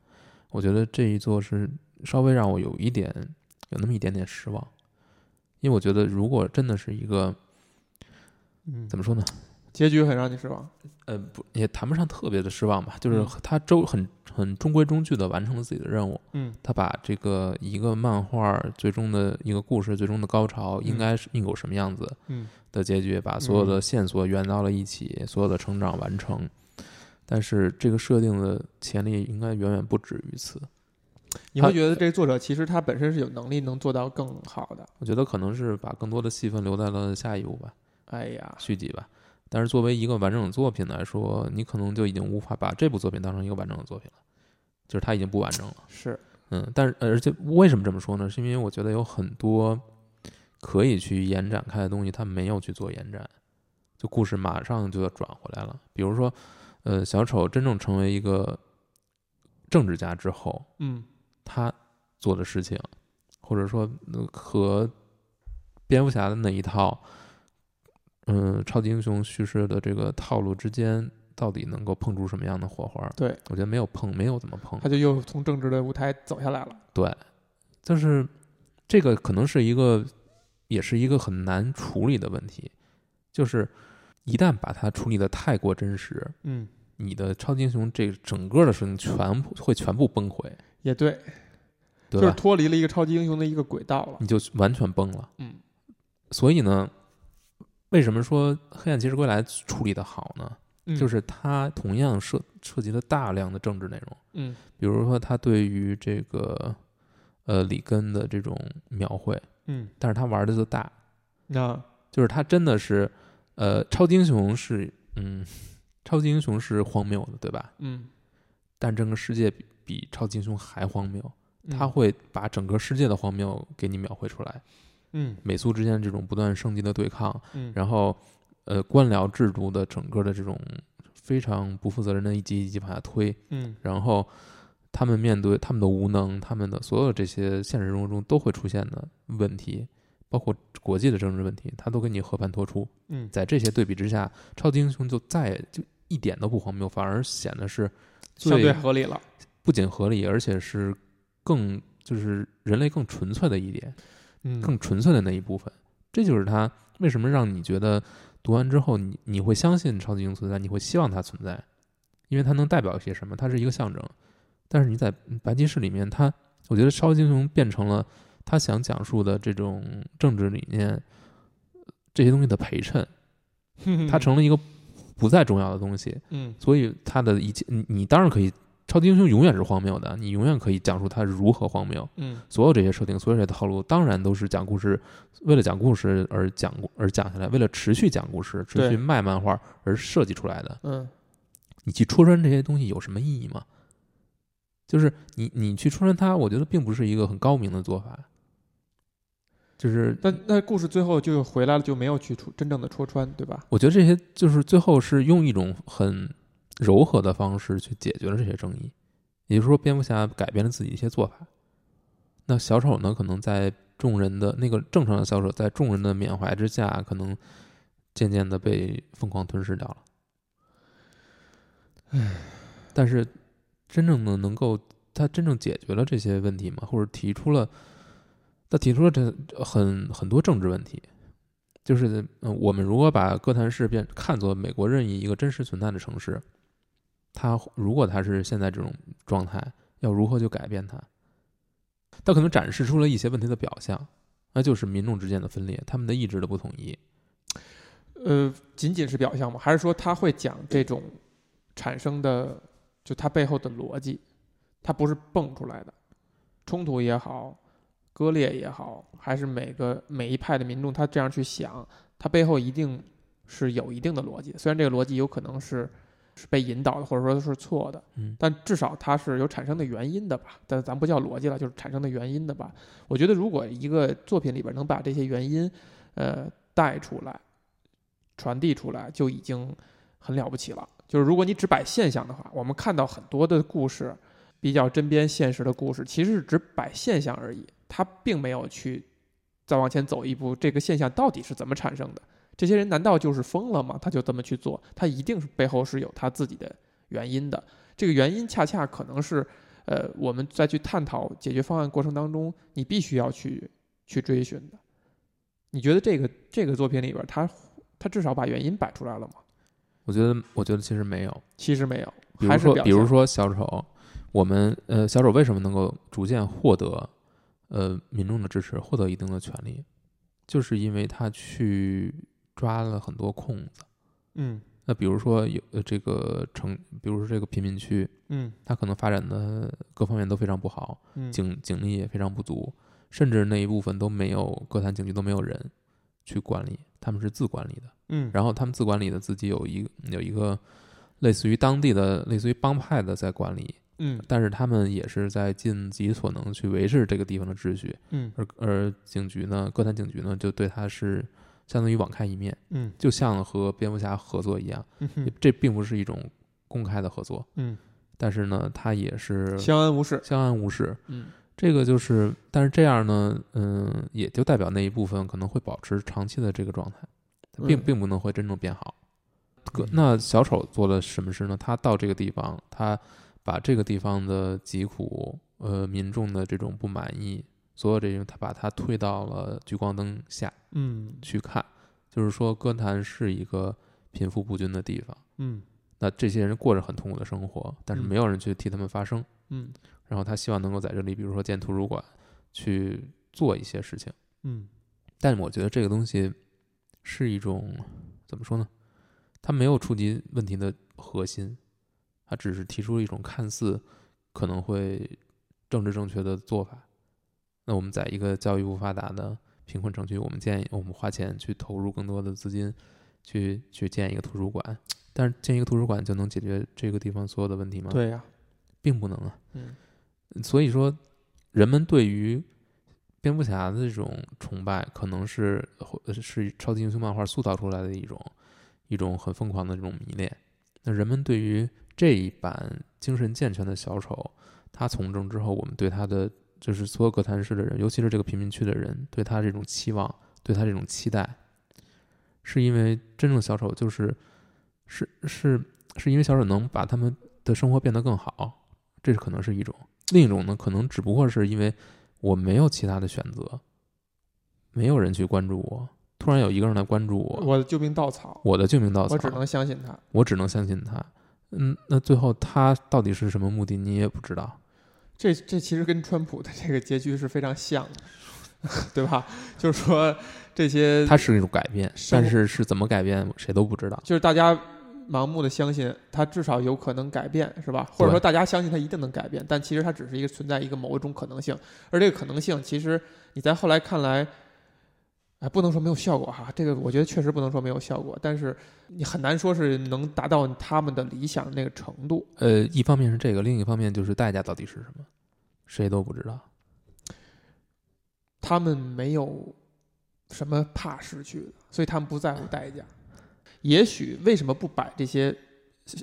S2: 我觉得这一作是稍微让我有一点有那么一点点失望，因为我觉得如果真的是一个
S1: 嗯
S2: 怎么说呢，
S1: 结局很让你失望。
S2: 呃，不也谈不上特别的失望吧，就是
S1: 嗯
S2: 他周很很中规中矩的完成了自己的任务，
S1: 嗯
S2: 他把这个一个漫画最终的一个故事最终的高潮应该是应有什么样子
S1: 嗯
S2: 的结局，把所有的线索圆到了一起，所有的成长完成。但是这个设定的潜力应该远远不止于此。
S1: 你会觉得这作者其实他本身是有能力能做到更好的。
S2: 我觉得可能是把更多的戏份留在了下一部吧，
S1: 哎呀，
S2: 续集吧。但是作为一个完整的作品来说，你可能就已经无法把这部作品当成一个完整的作品了，就是它已经不完整了。
S1: 是，
S2: 嗯，但是呃而且为什么这么说呢？是因为我觉得有很多可以去延展开的东西，它没有去做延展，就故事马上就要转回来了。比如说，呃，小丑真正成为一个政治家之后，
S1: 嗯
S2: 他做的事情，或者说呃和蝙蝠侠的那一套，嗯、超级英雄叙事的这个套路之间，到底能够碰出什么样的火花？
S1: 对，
S2: 我觉得没有碰，没有怎么碰。
S1: 嗯他就又从政治的舞台走下来了。
S2: 对，就是这个可能是一个，也是一个很难处理的问题，就是一旦把它处理的太过真实，
S1: 嗯，
S2: 你的超级英雄这整个的事情全部会全部崩溃，
S1: 也对，
S2: 对
S1: 就是
S2: 吧？
S1: 脱离了一个超级英雄的一个轨道了。
S2: 你就完全崩了。
S1: 嗯
S2: 所以呢，为什么说《黑暗骑士归来》处理的好呢？
S1: 嗯
S2: 就是它同样涉涉及了大量的政治内容，
S1: 嗯
S2: 比如说它对于这个呃里根的这种描绘，
S1: 嗯，
S2: 但是它玩的就大，
S1: 那
S2: 就是它真的是呃超级英雄是嗯 超级英雄是荒谬的，对吧？
S1: 嗯，
S2: 但整个世界比比超级英雄还荒谬，它
S1: 嗯
S2: 会把整个世界的荒谬给你描绘出来，
S1: 嗯
S2: 美苏之间这种不断升级的对抗，
S1: 嗯，
S2: 然后呃官僚制度的整个的这种非常不负责任的一级一级往下推，
S1: 嗯
S2: 然后他们面对他们的无能，他们的所有这些现实生活中都会出现的问题，包括国际的政治问题，他都给你和盘托出。
S1: 嗯，
S2: 在这些对比之下，超级英雄就再也就一点都不荒谬，反而显得是
S1: 相对
S2: 最
S1: 合理了。
S2: 不仅合理，而且是更就是人类更纯粹的一点。
S1: 嗯，
S2: 更纯粹的那一部分。这就是它为什么让你觉得读完之后你，你会相信超级英雄存在，你会希望它存在，因为它能代表一些什么，它是一个象征。但是你在白骑士里面，它我觉得超级英雄变成了他想讲述的这种政治理念这些东西的陪衬，它成了一个不再重要的东西。
S1: 嗯
S2: 所以它的一切，你你当然可以，超级英雄永远是荒谬的，你永远可以讲述它如何荒谬。
S1: 嗯
S2: 所有这些设定，所有这些套路，当然都是讲故事，为了讲故事而讲故而讲下来，为了持续讲故事、持
S1: 对
S2: 续卖漫画而设计出来的。
S1: 嗯
S2: 你去戳穿这些东西有什么意义吗？就是你你去戳穿它，我觉得并不是一个很高明的做法。就是，
S1: 但那故事最后就回来了，就没有去戳真正的戳穿，对吧？
S2: 我觉得这些就是最后是用一种很柔和的方式去解决了这些争议，也就是说，蝙蝠侠改变了自己一些做法。那小丑呢，可能在众人的那个正常的小丑，在众人的缅怀之下，可能渐渐的被疯狂吞噬掉了。唉，但是真正的能够，他真正解决了这些问题吗？或者提出了，他提出了这很很多政治问题。就是，嗯，我们如果把哥谭市变看作美国任意一个真实存在的城市，它如果它是现在这种状态，要如何去改变它？它可能展示出了一些问题的表象，那就是民众之间的分裂，他们的意志的不统一。
S1: 呃，仅仅是表象吗？还是说他会讲这种产生的，就它背后的逻辑，它不是蹦出来的，冲突也好，割裂也好，还是每个每一派的民众他这样去想，它背后一定是有一定的逻辑的。虽然这个逻辑有可能是是被引导的，或者说是错的，
S2: 嗯
S1: 但至少它是有产生的原因的吧？但咱不叫逻辑了，就是产生的原因的吧？我觉得如果一个作品里边能把这些原因，呃，带出来。传递出来就已经很了不起了。就是如果你只摆现象的话，我们看到很多的故事，比较针砭现实的故事，其实是只摆现象而已，它并没有去再往前走一步，这个现象到底是怎么产生的？这些人难道就是疯了吗？他就这么去做，他一定是背后是有他自己的原因的。这个原因恰恰可能是，呃，我们在去探讨解决方案过程当中，你必须要去去追寻的。你觉得这个这个作品里边，它他至少把原因摆出来了嘛？
S2: 我觉得，我觉得其实没有。
S1: 其实没有，
S2: 比
S1: 还
S2: 如
S1: 是
S2: 说，
S1: 表
S2: 比如
S1: 现，
S2: 说小丑，我们呃，小丑为什么能够逐渐获得呃民众的支持，获得一定的权利，就是因为他去抓了很多空子。
S1: 嗯
S2: 那比如说有呃这个城，比如说这个贫民区，
S1: 嗯
S2: 它可能发展的各方面都非常不好，
S1: 嗯，
S2: 警警力也非常不足，甚至那一部分都没有各坛警局都没有人去管理，他们是自管理的。
S1: 嗯，
S2: 然后他们自管理的自己有一有一个类似于当地的类似于帮派的在管理，
S1: 嗯
S2: 但是他们也是在尽己所能去维持这个地方的秩序。
S1: 嗯
S2: 而而警局呢，各坛警局呢，就对他是相当于网开一面，
S1: 嗯
S2: 就像和蝙蝠侠合作一样。
S1: 嗯哼
S2: 这并不是一种公开的合作，
S1: 嗯，
S2: 但是呢，它也是
S1: 相安无事，
S2: 相安无事。
S1: 嗯
S2: 这个就是，但是这样呢，嗯，也就代表那一部分可能会保持长期的这个状态，它并
S1: 嗯
S2: 并不能会真正变好。可
S1: 嗯
S2: 那小丑做了什么事呢？他到这个地方，他把这个地方的疾苦，呃，民众的这种不满意，所有这些，他把它推到了聚光灯下
S1: 嗯
S2: 去看，就是说，哥谭是一个贫富不均的地方。
S1: 嗯
S2: 那这些人过着很痛苦的生活，但是
S1: 嗯
S2: 没有人去替他们发声。
S1: 嗯
S2: 然后他希望能够在这里，比如说建图书馆，去做一些事情。
S1: 嗯
S2: 但我觉得这个东西是一种怎么说呢？它没有触及问题的核心，它只是提出了一种看似可能会政治正确的做法。那我们在一个教育不发达的贫困城区，我们建议我们花钱去投入更多的资金，去去建一个图书馆。但是建一个图书馆就能解决这个地方所有的问题吗？，
S1: 对呀、
S2: 并不能啊。
S1: 嗯
S2: 所以说，人们对于蝙蝠侠的这种崇拜，可能是呃是超级英雄漫画塑造出来的一种一种很疯狂的这种迷恋。那人们对于这一版精神健全的小丑，他从政之后，我们对他的就是所有哥谭市的人，尤其是这个贫民区的人，对他这种期望，对他这种期待，是因为真正的小丑就是是是是因为小丑能把他们的生活变得更好，这是可能是一种。另一种呢，可能只不过是因为我没有其他的选择，没有人去关注我，突然有一个人来关注我，
S1: 我的救命稻草，
S2: 我的救命稻草，
S1: 我只能相信他。
S2: 我只能相信他。嗯，那最后他到底是什么目的，你也不知道。
S1: 这这其实跟川普的这个结局是非常像的， 对吧？就是说这些，
S2: 它是一种改变，
S1: 生活
S2: 但是是怎么改变，谁都不知道。
S1: 就是大家盲目的相信他至少有可能改变，是吧？或者说大家相信他一定能改变，但其实他只是一个存在一个某一种可能性，而这个可能性其实你在后来看来。哎，不能说没有效果哈，这个我觉得确实不能说没有效果，但是你很难说是能达到他们的理想那个程度。
S2: 呃，一方面是这个，另一方面就是代价到底是什么，谁都不知道。
S1: 他们没有什么怕失去的，所以他们不在乎代价。也许为什么不摆这些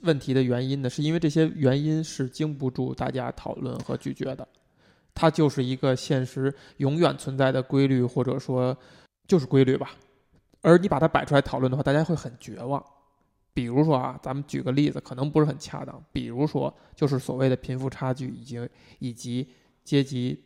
S1: 问题的原因呢？是因为这些原因是经不住大家讨论和咀嚼的，它就是一个现实永远存在的规律，或者说就是规律吧。而你把它摆出来讨论的话，大家会很绝望。比如说啊，咱们举个例子，可能不是很恰当。比如说，就是所谓的贫富差距以及以及阶级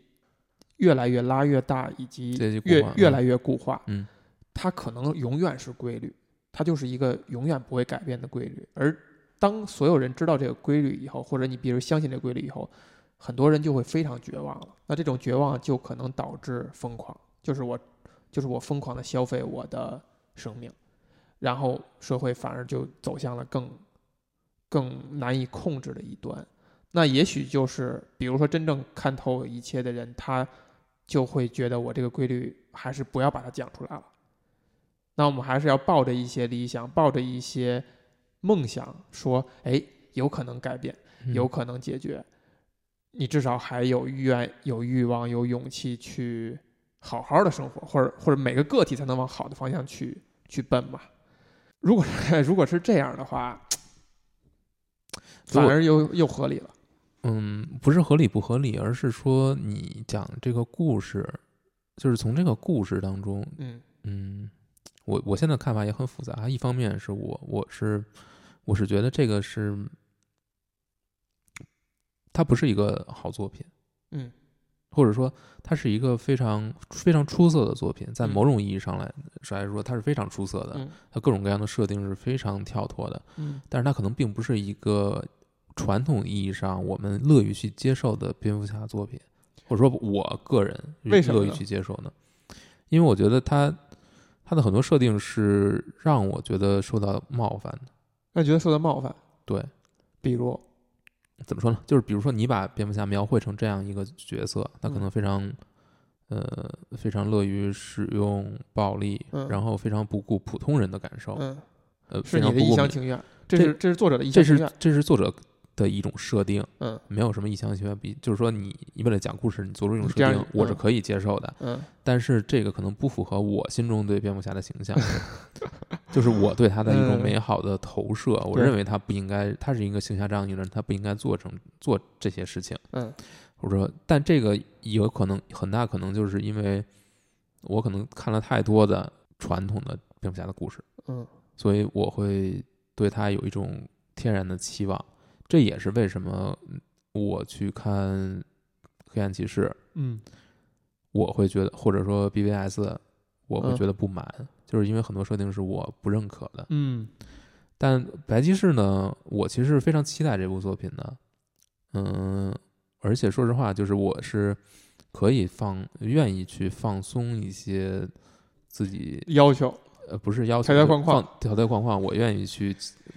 S1: 越来越拉越大，以及
S2: 阶级固
S1: 越
S2: 化
S1: 越
S2: 嗯
S1: 来越固化，
S2: 嗯，
S1: 它可能永远是规律，它就是一个永远不会改变的规律。而当所有人知道这个规律以后，或者你比如相信这个规律以后，很多人就会非常绝望了。那这种绝望就可能导致疯狂，就是我，就是我疯狂的消费我的生命，然后社会反而就走向了更更难以控制的一端。那也许就是，比如说真正看透一切的人，他就会觉得我这个规律还是不要把它讲出来了。那我们还是要抱着一些理想，抱着一些梦想，说，哎，有可能改变。
S2: 嗯
S1: 有可能解决，你至少还有愿、有欲望、有勇气去好好的生活，或者或者每个个体才能往好的方向去去奔嘛。如果是 如果是这样的话，
S2: 如
S1: 反
S2: 果
S1: 而又又合理了。
S2: 嗯，不是合理不合理，而是说你讲这个故事，就是从这个故事当中，
S1: 嗯
S2: 嗯，我我现在看法也很复杂。一方面是我我是我是觉得这个是它不是一个好作品，
S1: 嗯
S2: 或者说它是一个非常非常出色的作品，在
S1: 嗯
S2: 某种意义上来来说，它是非常出色的，
S1: 嗯
S2: 它各种各样的设定是非常跳脱的，
S1: 嗯
S2: 但是它可能并不是一个传统意义上我们乐于去接受的蝙蝠侠作品，或者说我个人
S1: 为什么
S2: 乐
S1: 呢
S2: 于去接受呢？因为我觉得它它的很多设定是让我觉得受到冒犯的。
S1: 那你觉得受到冒犯，
S2: 对，
S1: 比如
S2: 怎么说呢？就是比如说你把蝙蝠侠描绘成这样一个角色，他
S1: 嗯
S2: 可能非常、呃非常乐于使用暴力，
S1: 嗯
S2: 然后非常不顾普通人的感受，
S1: 嗯，
S2: 呃，
S1: 是
S2: 非
S1: 你
S2: 常
S1: 的
S2: 不顾
S1: 一厢
S2: 民
S1: 情愿，这
S2: 这
S1: 是这是作者的一厢
S2: 这
S1: 情
S2: 是
S1: 愿。
S2: 这是作者的一种设定，
S1: 嗯，
S2: 没有什么一厢情愿，比就是说你你为了讲故事，你做出一种设
S1: 这样
S2: 定，我是
S1: 嗯
S2: 可以接受的，
S1: 嗯
S2: 但是这个可能不符合我心中对蝙蝠侠的形 象，就是我对他的一种
S1: 嗯
S2: 美好的投射，我
S1: 对
S2: 认为他不应该，他是一个行侠仗义的人，他不应该做成做这些事情，
S1: 嗯，
S2: 或者说，但这个有可能很大可能就是因为我可能看了太多的传统的蝙蝠侠的故事。
S1: 嗯
S2: 所以我会对他有一种天然的期望。这也是为什么我去看《黑暗骑士》，
S1: 嗯
S2: 我会觉得，或者说 BVS，我会
S1: 嗯
S2: 觉得不满，就是因为很多设定是我不认可的。
S1: 嗯
S2: 但《白骑士》呢，我其实是非常期待这部作品的，嗯，而且说实话，就是我是可以放，愿意去放松一些自己
S1: 要求
S2: 呃，不是要求
S1: 条条
S2: 就
S1: 框框
S2: 放条条框框，我愿意去，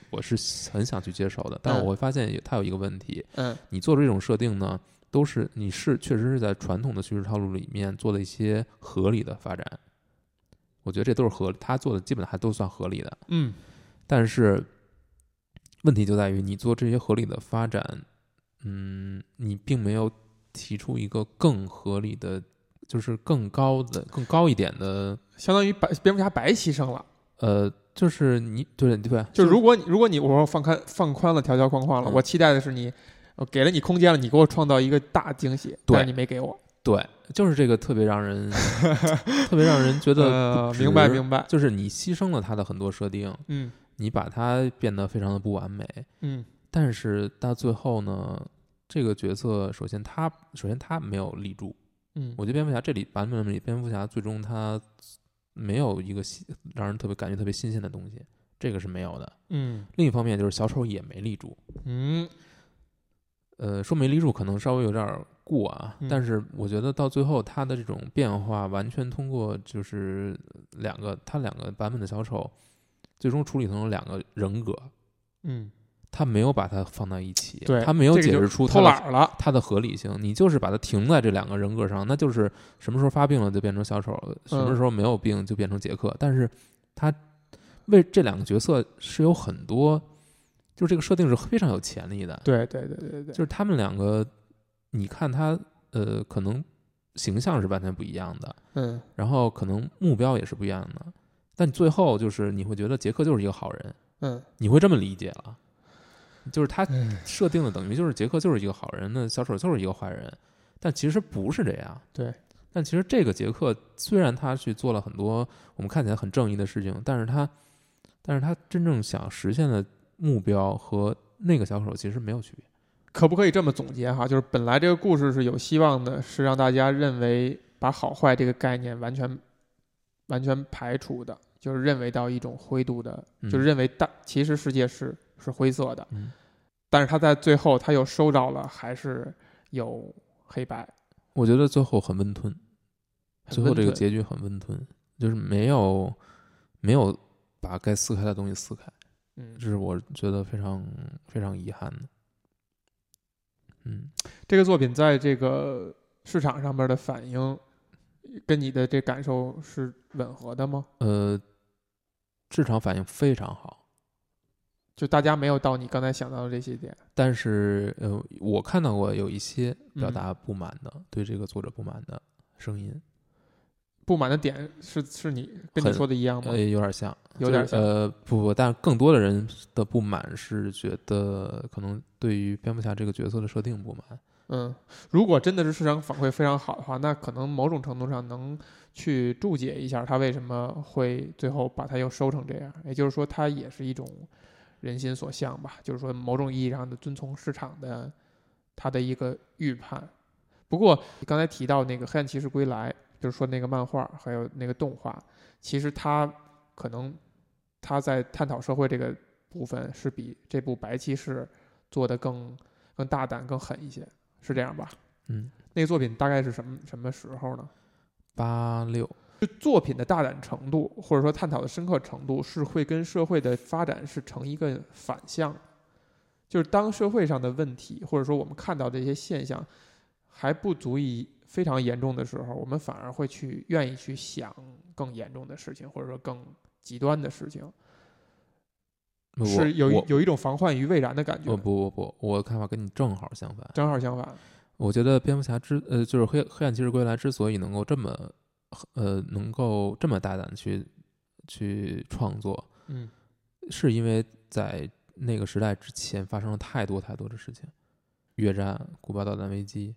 S2: 我是很想去接受的。但
S1: 嗯
S2: 我会发现也，它有一个问题，
S1: 嗯
S2: 你做这种设定呢，都是你是确实是在传统的叙事套路里面做了一些合理的发展，我觉得这都是合，他做的基本还都算合理的。
S1: 嗯
S2: 但是问题就在于你做这些合理的发展，嗯，你并没有提出一个更合理的，就是更高的、更高一点的，
S1: 相当于白蝙蝠侠白牺牲了。
S2: 呃，就是你对对，
S1: 就如果你如果你我说放宽放宽了条条框框了，
S2: 嗯
S1: 我期待的是你，我给了你空间了，你给我创造一个大惊喜，
S2: 对
S1: 但是你没给我。
S2: 对，就是这个特别 让人特别让人觉得，
S1: 呃，
S2: 值
S1: 明白明白，
S2: 就是你牺牲了它的很多设定，
S1: 嗯
S2: 你把它变得非常的不完美，
S1: 嗯
S2: 但是到最后呢，这个角色首先他首先他没有立住，
S1: 嗯
S2: 我觉得蝙蝠侠这里版本里，蝙蝠侠最终他没有一个新让人特别感觉特别新鲜的东西，这个是没有的。
S1: 嗯
S2: 另一方面就是小丑也没立住，
S1: 嗯
S2: 呃，说没立住可能稍微有点儿过啊，
S1: 嗯
S2: 但是我觉得到最后他的这种变化完全通过就是两个他两个版本的小丑，最终处理成了两个人格，
S1: 嗯，
S2: 他没有把它放在一起，
S1: 对，
S2: 他没有
S1: 这个
S2: 解
S1: 就
S2: 释出他
S1: 偷
S2: 的
S1: 懒儿了。
S2: 它的合理性，你就是把它停在这两个人格上，那就是什么时候发病了就变成小丑，什么时候没有病就变成杰克。但是他为这两个角色是有很多，就是这个设定是非常有潜力的，
S1: 对对对对对
S2: 就是他们两个，你看他呃，可能形象是完全不一样的，
S1: 嗯
S2: 然后可能目标也是不一样的，但最后就是你会觉得杰克就是一个好人，
S1: 嗯
S2: 你会这么理解了，就是他
S1: 嗯，
S2: 设定的等于就是杰克就是一个好人，那小丑就是一个坏人，但其实不是这样。
S1: 对，
S2: 但其实这个杰克虽然他去做了很多我们看起来很正义的事情，但是他，但是他真正想实现的目标和那个小丑其实没有区别。
S1: 可不可以这么总结哈？就是本来这个故事是有希望的，是让大家认为把好坏这个概念完全完全排除的，就是认为到一种灰度的，
S2: 嗯
S1: 就是认为大其实世界是是灰色的，
S2: 嗯，
S1: 但是他在最后他又收到了还是有黑白，
S2: 我觉得最后很温吞，
S1: 很
S2: 最后这个
S1: 温吞
S2: 结局很温吞，就是没有没有把该撕开的东西撕开，这
S1: 嗯，
S2: 是我觉得非常非常遗憾的。嗯，
S1: 这个作品在这个市场上面的反应，跟你的这感受是吻合的吗？
S2: 呃，市场反应非常好，
S1: 就大家没有到你刚才想到的这些点，
S2: 但是呃，我看到过有一些表
S1: 嗯
S2: 达不满的，对这个作者不满的声音，
S1: 不满的点是是你跟你
S2: 很
S1: 说的一样吗
S2: 呃，？有点像，
S1: 有
S2: 就
S1: 点
S2: 是
S1: 像
S2: 呃，不不，但更多的人的不满是觉得可能对于蝙蝠侠这个角色的设定不满，
S1: 嗯，如果真的是市场反馈非常好的话，那可能某种程度上能去注解一下他为什么会最后把它又收成这样，也就是说，它也是一种人心所向吧，就是说某种意义上的遵从市场的它的一个预判。不过你刚才提到那个《黑暗骑士归来》，就是说那个漫画还有那个动画，其实它可能它在探讨社会这个部分是比这部《白骑士》做的更更大胆、更狠一些。是这样吧？
S2: 嗯，
S1: 那个作品大概是什么什么时候呢？
S2: 八六，
S1: 就作品的大胆程度，或者说探讨的深刻程度，是会跟社会的发展是成一个反向的。就是当社会上的问题，或者说我们看到的一些现象，还不足以非常严重的时候，我们反而会去愿意去想更严重的事情，或者说更极端的事情，
S2: 我
S1: 是有一
S2: 我
S1: 有一种防患于未然的感觉
S2: 我。不不不，我看法跟你正好相反，
S1: 正好相反，
S2: 我觉得蝙蝠侠之呃，就是黑黑暗骑士归来之所以能够这么呃能够这么大胆地去去创作，
S1: 嗯
S2: 是因为在那个时代之前发生了太多太多的事情，越战、古巴导弹危机、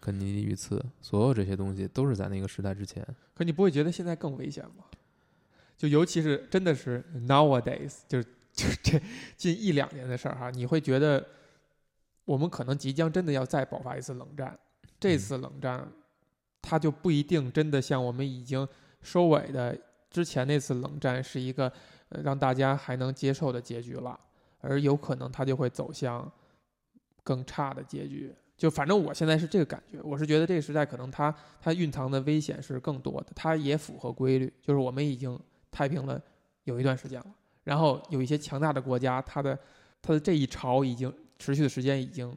S2: 肯尼迪遇刺，所有这些东西都是在那个时代之前。
S1: 可你不会觉得现在更危险吗？就尤其是真的是 nowadays，就是就是这近一两年的事儿哈，你会觉得我们可能即将真的要再爆发一次冷战。这
S2: 嗯
S1: 次冷战，它就不一定真的像我们已经收尾的之前那次冷战是一个呃让大家还能接受的结局了，而有可能它就会走向更差的结局。就反正我现在是这个感觉，我是觉得这个时代可能它它蕴藏的危险是更多的，它也符合规律，就是我们已经太平了有一段时间了。然后有一些强大的国家，它的它的这一潮已经持续的时间已经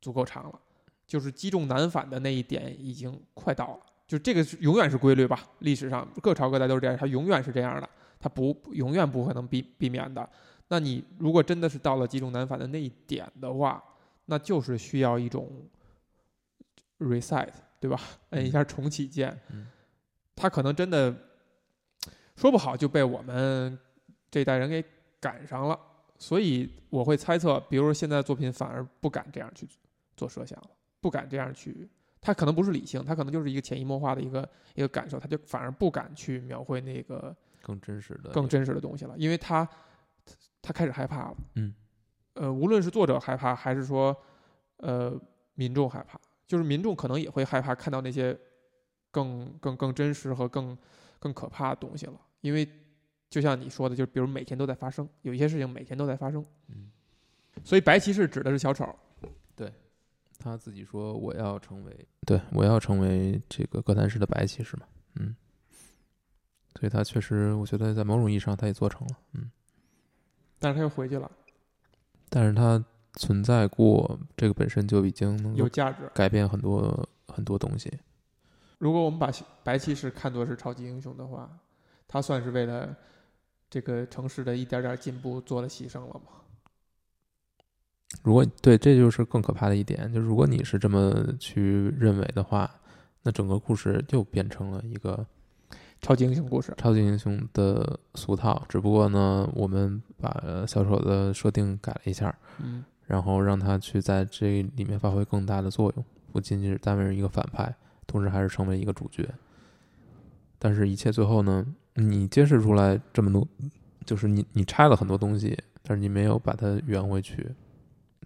S1: 足够长了，就是积重难返的那一点已经快到了。就这个是永远是规律吧，历史上各朝各代都是这样，它永远是这样的，它不永远不可能避避免的。那你如果真的是到了积重难返的那一点的话，那就是需要一种 reset，对吧？摁一下重启键
S2: 嗯，
S1: 它可能真的说不好就被我们这代人给赶上了。所以我会猜测，比如说现在作品反而不敢这样去做设想了，不敢这样去，它可能不是理性，它可能就是一个潜移默化的一个一个感受，它就反而不敢去描绘那个
S2: 更真实的，
S1: 更真实的东西了，因为他他开始害怕了。
S2: 嗯，
S1: 呃，无论是作者害怕，还是说呃民众害怕，就是民众可能也会害怕看到那些更更更真实和更更可怕的东西了，因为就像你说的，就比如每天都在发生，有一些事情每天都在发生，
S2: 嗯，
S1: 所以白骑士指的是小丑。
S2: 他自己说我要成为，对我要成为这个哥谭市的白骑士嘛，嗯，所以他确实，我觉得在某种意义上他也做成了，嗯，
S1: 但是他又回去了，
S2: 但是他存在过，这个本身就已经能
S1: 有
S2: 够
S1: 价值。
S2: 改变很多很多东西，
S1: 如果我们把白骑士看作是超级英雄的话，他算是为了这个城市的一点点进步做了牺牲了吗？
S2: 如果对，这就是更可怕的一点，就如果你是这么去认为的话，那整个故事就变成了一个
S1: 超级英雄故事，
S2: 超级英雄的俗套，只不过呢，我们把小丑的设定改了一下，
S1: 嗯，
S2: 然后让他去在这里面发挥更大的作用，不仅仅是单为一个反派，同时还是成为一个主角。但是，一切最后呢，你揭示出来这么多，就是你你拆了很多东西，但是你没有把它圆回去。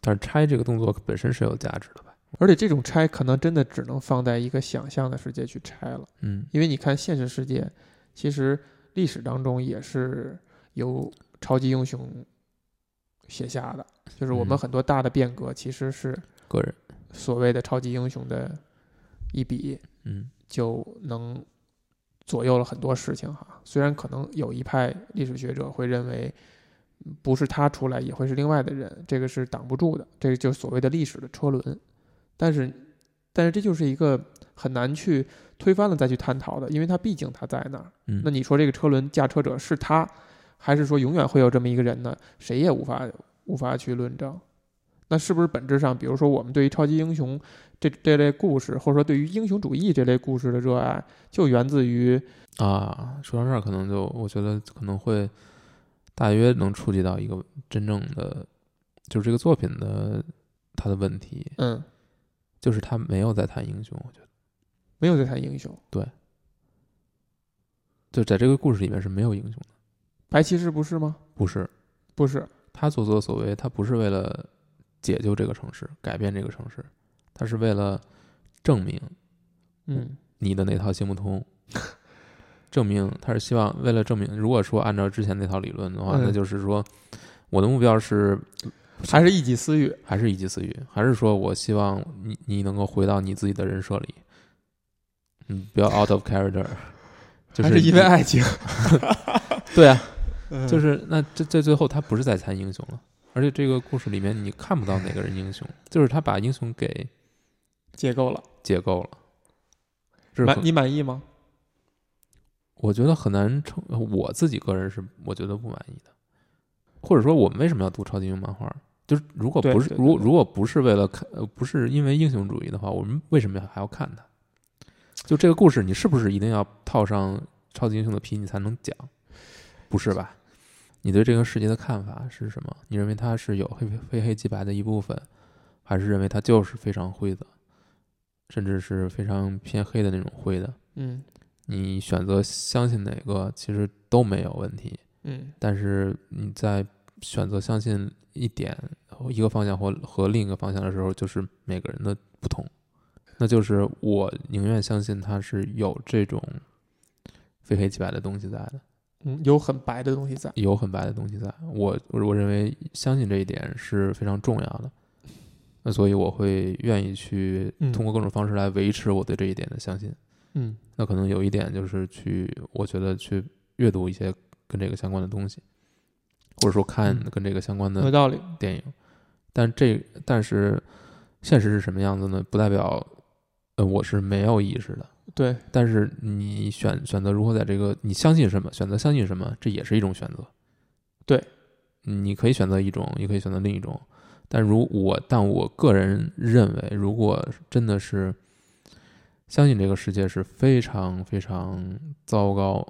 S2: 但是拆这个动作本身是有价值的吧？
S1: 而且这种拆可能真的只能放在一个想象的世界去拆了，
S2: 嗯，
S1: 因为你看现实世界，其实历史当中也是由超级英雄写下的，就是我们
S2: 嗯
S1: 很多大的变革其实是
S2: 个人，
S1: 所谓的超级英雄的一笔
S2: 嗯
S1: 就能左右了很多事情哈。虽然可能有一派历史学者会认为，嗯不是他出来，也会是另外的人，这个是挡不住的，这个就是所谓的历史的车轮。但是，但是这就是一个很难去推翻了再去探讨的，因为它毕竟它在那儿。
S2: 嗯，
S1: 那你说这个车轮驾车者是他，还是说永远会有这么一个人呢？谁也无法无法去论证。那是不是本质上，比如说我们对于超级英雄这这类故事，或者说对于英雄主义这类故事的热爱，就源自于
S2: 啊，说到这儿，可能就我觉得可能会大约能触及到一个真正的，就是这个作品的它的问题，
S1: 嗯，
S2: 就是他没有在谈英雄，我觉得
S1: 没有在谈英雄。
S2: 就在这个故事里面是没有英雄的，
S1: 白骑士不是吗？
S2: 不是
S1: 不是，
S2: 他所作所为，他不是为了解救这个城市、改变这个城市，他是为了证明
S1: 嗯，
S2: 你的那套行 不通，证明他是希望为了证明，如果说按照之前那套理论的话，
S1: 嗯
S2: 那就是说我的目标是
S1: 还是一己私欲。
S2: 还是一己私欲，还是说我希望你你能够回到你自己的人设里，嗯，不要 out of character，就
S1: 还是因为爱情，
S2: 对啊，
S1: 嗯
S2: 就是那这这最后他不是在谈英雄了，而且这个故事里面你看不到哪个人英雄，就是他把英雄给
S1: 解构了。
S2: 解构了，这是
S1: 满
S2: 很
S1: 你满意吗？
S2: 我觉得很难成，呃我自己个人是我觉得不满意的，或者说我们为什么要读超级英雄漫画？就是如果
S1: 对
S2: 不是
S1: 对对
S2: 如果
S1: 对
S2: 如果不是为了看，呃不是因为英雄主义的话，我们为什么要还要看它？就这个故事，你是不是一定要套上超级英雄的皮你才能讲？不是吧？你对这个世界的看法是什么？你认为它是有黑非黑即白的一部分，还是认为它就是非常灰的，甚至是非常偏黑的那种灰的？
S1: 嗯
S2: 你选择相信哪个，其实都没有问题。
S1: 嗯
S2: 但是你在选择相信一点一个方向或和另一个方向的时候，就是每个人的不同。那就是我宁愿相信它是有这种非黑即白的东西在的，
S1: 嗯，有很白的东西在。
S2: 有很白的东西在。我我我认为相信这一点是非常重要的。那所以我会愿意去
S1: 嗯
S2: 通过各种方式来维持我对这一点的相信。
S1: 嗯
S2: 那可能有一点就是去，我觉得去阅读一些跟这个相关的东西，或者说看
S1: 嗯
S2: 跟这个相关的
S1: 有道理。
S2: 电影，但这但是现实是什么样子呢？不代表，呃，我是没有意识的。
S1: 对，
S2: 但是你选选择如何在这个你相信什么，选择相信什么，这也是一种选择。
S1: 对，
S2: 你可以选择一种，也可以选择另一种。但如我，但我个人认为，如果真的是相信这个世界是非常非常糟糕，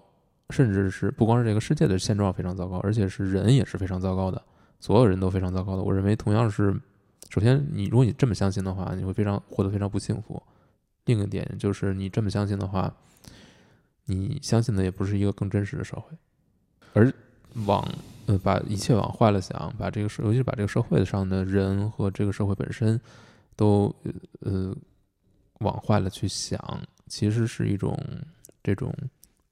S2: 甚至是不光是这个世界的现状非常糟糕，而且是人也是非常糟糕的，所有人都非常糟糕的。我认为同样是，首先你如果你这么相信的话，你会非常活得非常不幸福。另一个点就是你这么相信的话，你相信的也不是一个更真实的社会，而往呃把一切往坏了想，把这个社尤其是把这个社会上的人和这个社会本身都呃往坏了去想，其实是一种这种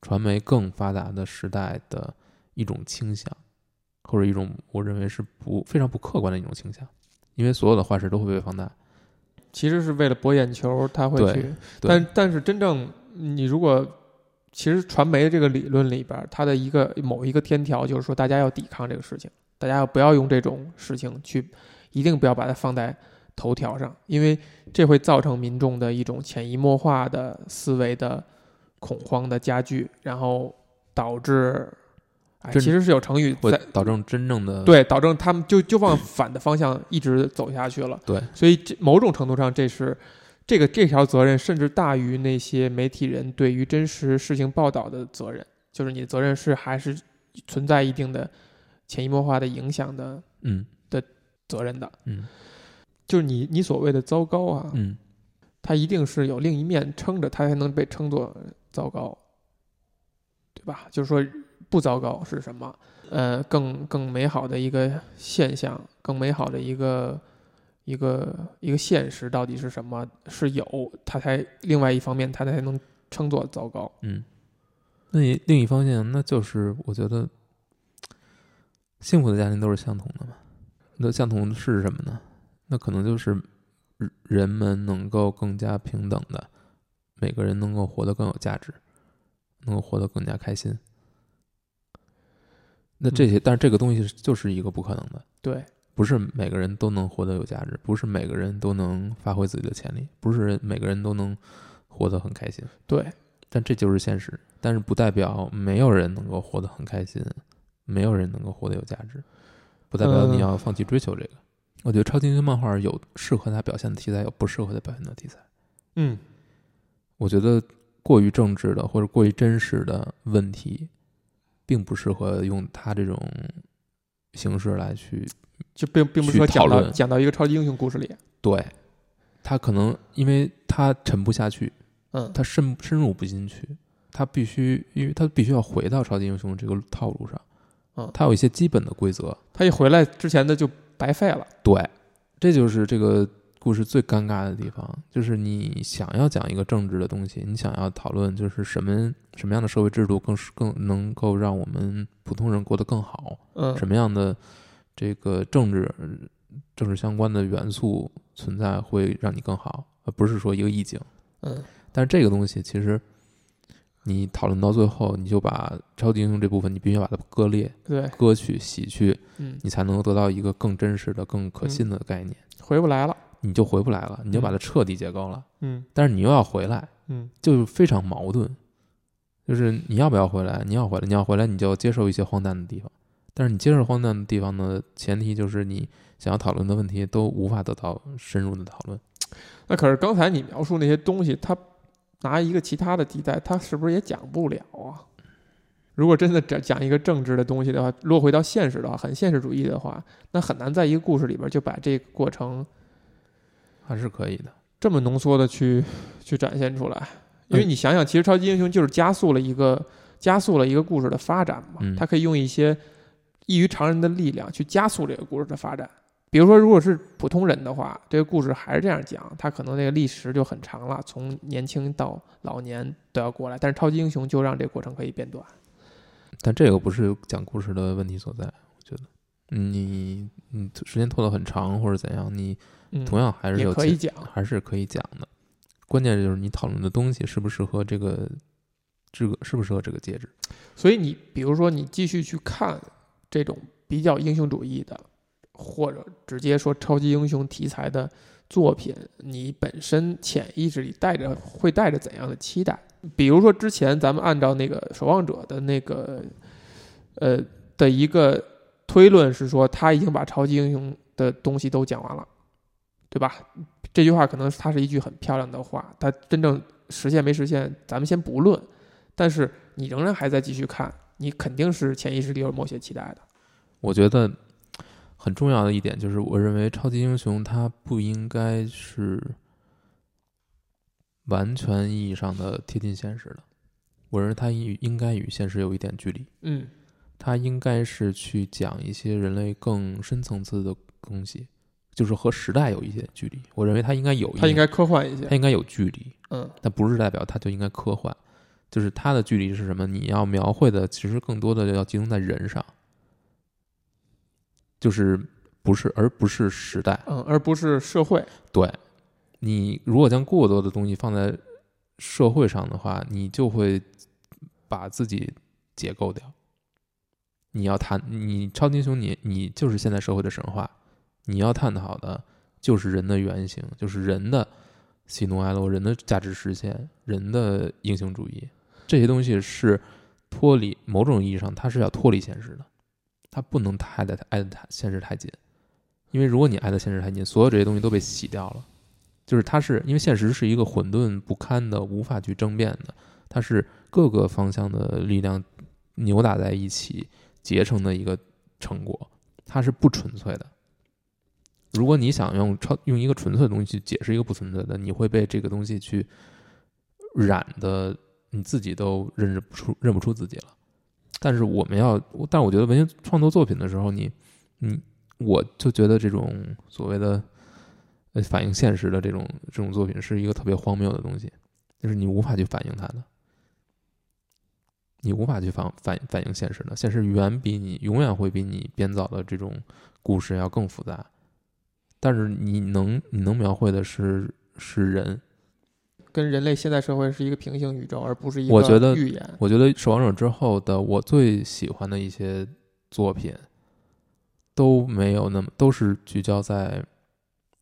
S2: 传媒更发达的时代的一种倾向，或者一种我认为是不非常不客观的一种倾向，因为所有的坏事都会被放大。
S1: 其实是为了博眼球，他会
S2: 对
S1: 去。
S2: 对
S1: 但但是真正你如果其实传媒这个理论里边儿，它的一个某一个天条就是说，大家要抵抗这个事情，大家要不要用这种事情去，一定不要把它放在头条上，因为这会造成民众的一种潜移默化的思维的恐慌的加剧，然后导致，哎，
S2: 真
S1: 其实是有成语
S2: 会
S1: 在
S2: 导致真正的
S1: 对，导致他们就就往反的方向一直走下去了。
S2: 对，
S1: 所以这某种程度上，这是这个这条责任甚至大于那些媒体人对于真实事情报道的责任，就是你的责任是还是存在一定的潜移默化的影响的
S2: 嗯
S1: 责任的。
S2: 嗯
S1: 就是你你所谓的糟糕啊，
S2: 嗯
S1: 它一定是有另一面撑着，它才能被称作糟糕，对吧？就是说不糟糕是什么？呃，更更美好的一个现象，更美好的一个一个一个现实到底是什么？是有，它才另外一方面，它才能称作糟糕。
S2: 嗯。那一另一方面，那就是我觉得幸福的家庭都是相同的嘛。那相同的是什么呢？那可能就是人人们能够更加平等的，每个人能够活得更有价值，能够活得更加开心。那这些，但是这个东西是就是一个不可能的，
S1: 对，
S2: 不是每个人都能活得有价值，不是每个人都能发挥自己的潜力，不是每个人都能活得很开心。
S1: 对，
S2: 但这就是现实，但是不代表没有人能够活得很开心，没有人能够活得有价值，不代表
S1: 嗯
S2: 你要放弃追求这个。我觉得超级英雄漫画有适合它表现的题材，有不适合它表现的题材。
S1: 嗯，
S2: 我觉得过于政治的或者过于真实的问题，并不适合用它这种形式来去
S1: 就并并不是说
S2: 去
S1: 讲
S2: 讨
S1: 到
S2: 论
S1: 讲到一个超级英雄故事里，
S2: 对，他可能因为他沉不下去，
S1: 嗯，
S2: 他深深入不进去，他必须，因为他必须要回到超级英雄这个套路上，
S1: 嗯
S2: 他有一些基本的规则，
S1: 他一回来之前的就白费了。
S2: 对，这就是这个故事最尴尬的地方，就是你想要讲一个政治的东西，你想要讨论就是什么什么样的社会制度更是更能够让我们普通人过得更好，
S1: 嗯，
S2: 什么样的这个政治呃政治相关的元素存在会让你更好，而不是说一个意境。
S1: 嗯，
S2: 但是这个东西其实你讨论到最后，你就把超级英雄这部分，你必须要把它割裂、
S1: 对，
S2: 割去、洗去，
S1: 嗯，
S2: 你才能得到一个更真实的、更可信的概念。
S1: 回不来了。
S2: 你就回不来了，你就把它彻底解构了。
S1: 嗯
S2: 但是你又要回来，
S1: 嗯
S2: 就是非常矛盾。就是你要不要回来？你要回来，你要回来，你就要接受一些荒诞的地方。但是你接受荒诞的地方呢，前提就是你想要讨论的问题都无法得到深入的讨论。
S1: 那可是刚才你描述那些东西，它拿一个其他的地带，它是不是也讲不了啊？如果真的讲讲一个政治的东西的话，落回到现实的话，很现实主义的话，那很难在一个故事里边就把这个过程
S2: 还是可以的。
S1: 这么浓缩的去去展现出来。因
S2: 哎
S1: 为你想想，其实超级英雄就是加速了一个加速了一个故事的发展嘛，
S2: 嗯
S1: 它可以用一些异于常人的力量去加速这个故事的发展。比如说，如果是普通人的话，这个故事还是这样讲，他可能这个历时就很长了，从年轻到老年都要过来。但是超级英雄就让这个过程可以变短。
S2: 但这个不是讲故事的问题所在，我觉得嗯你你时间拖得很长或者怎样，你
S1: 嗯，
S2: 同样还是
S1: 也
S2: 有
S1: 可
S2: 其
S1: 以讲，
S2: 还是可以讲的。关键就是你讨论的东西适不适合这个这个适不适合这个介质。
S1: 所以你比如说你继续去看这种比较英雄主义的，或者直接说超级英雄题材的作品，你本身潜意识里带着会带着怎样的期待？比如说之前咱们按照那个《守望者》的那个呃的一个推论是说，他已经把超级英雄的东西都讲完了，对吧？这句话可能它是一句很漂亮的话，它真正实现没实现，咱们先不论。但是你仍然还在继续看，你肯定是潜意识里有某些期待的。
S2: 我觉得很重要的一点就是，我认为超级英雄它不应该是完全意义上的贴近现实的，我认为它应应该与现实有一点距离，
S1: 嗯
S2: 它应该是去讲一些人类更深层次的东西，就是和时代有一些距离。我认为它应该有一，哎
S1: 它应该科幻一些
S2: 它。应该有距离，
S1: 嗯
S2: 但不是代表它就应该科幻，就是它的距离是什么？你要描绘的其实更多的要集中在人上，就是不是而不是时代。
S1: 嗯，而不是社会。
S2: 对，你如果将过多的东西放在社会上的话，你就会把自己解构掉。你要谈你超级英雄你，你就是现在社会的神话，你要探讨的就是人的原型，就是人的喜怒哀乐、人的价值实现、人的英雄主义，这些东西是脱离某种意义上，它是要脱离现实的，它不能太的挨得太现实太紧。因为如果你挨得现实太近，所有这些东西都被洗掉了。就是它是因为现实是一个混沌不堪的、无法去争辩的，它是各个方向的力量扭打在一起结成的一个成果，它是不纯粹的。如果你想用超用一个纯粹的东西去解释一个不纯粹的，你会被这个东西去染的，你自己都认识不出认不出自己了。但是我们要，但我觉得文学创作作品的时候，你你我就觉得这种所谓的呃反映现实的这种这种作品是一个特别荒谬的东西，就是你无法去反映它的，你无法去反反反映现实的，现实远比你永远会比你编造的这种故事要更复杂，但是你能你能描绘的是是人，
S1: 跟人类现代社会是一个平行宇宙，而不是一
S2: 我觉得
S1: 个预言。
S2: 我觉得《守望者》之后的我最喜欢的一些作品，都没有那么都是聚焦在，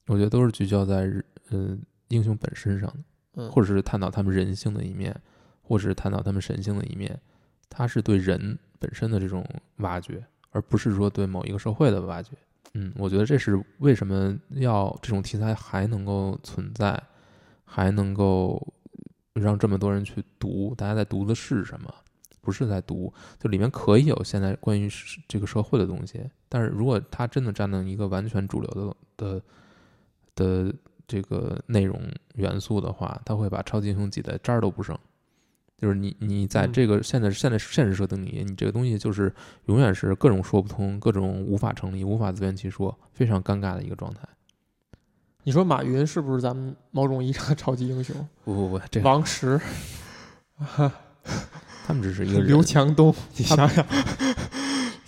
S2: 我觉得都是聚焦在嗯英雄本身上的，
S1: 嗯，
S2: 或
S1: 者
S2: 者是探讨他们人性的一面，或者是探讨他们神性的一面。它是对人本身的这种挖掘，而不是说对某一个社会的挖掘。嗯，我觉得这是为什么要这种题材还能够存在，还能够让这么多人去读，大家在读的是什么？不是在读，就里面可以有现在关于是这个社会的东西，但是如果它真的占到一个完全主流的的的这个内容元素的话，它会把超级英雄挤得渣儿都不剩。就是你你在
S1: 嗯
S2: 这个现在现在现实设定里，你这个东西就是永远是各种说不通、各种无法成立、无法自圆其说，非常尴尬的一个状态。
S1: 你说马云是不是咱们某种意义上的超级英雄？
S2: 不不不，这个
S1: 王石、
S2: 他们只是一个人。
S1: 刘强东，你想想，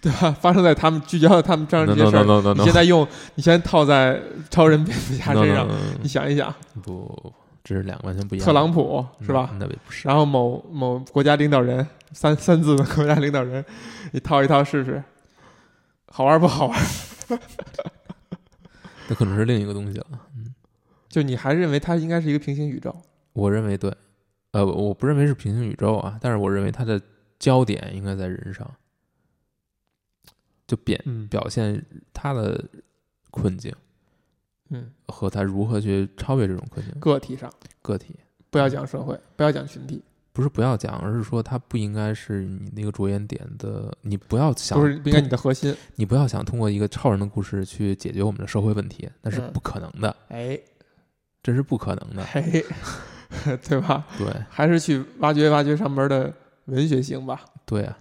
S1: 对吧？发生在他们聚焦在他们身上这些
S2: no no
S1: 事儿
S2: no no no
S1: 你现在用，你先套在超人、蝙蝠侠
S2: no
S1: 身
S2: no
S1: 上，
S2: no
S1: 你想一想，
S2: 不不不，这是两个完全不一样
S1: 特
S2: 的。
S1: 朗普是啊吧？
S2: 嗯那那也不是。
S1: 然后某某国家领导人，三三字的国家领导人，你套一套试试，好玩不好玩？
S2: 那可能是另一个东西了。
S1: 就你还认为它应该是一个平行宇宙？
S2: 我认为对，呃，我不认为是平行宇宙啊，但是我认为它的焦点应该在人上，就表
S1: 嗯
S2: 表现他的困境
S1: 嗯，
S2: 和他如何去超越这种困境。
S1: 个体上
S2: 个体
S1: 不要讲社会，不要讲群体，
S2: 不是不要讲，而是说它不应该是你那个着眼点的，你不要想，
S1: 不是不应该你的核心。
S2: 你不要想通过一个超人的故事去解决我们的社会问题，那是
S1: 嗯
S2: 不可能的，
S1: 哎
S2: 这是不可能的。
S1: 嘿，哎 对吧？
S2: 对
S1: 还是去挖掘挖掘上面的文学性吧。
S2: 对啊，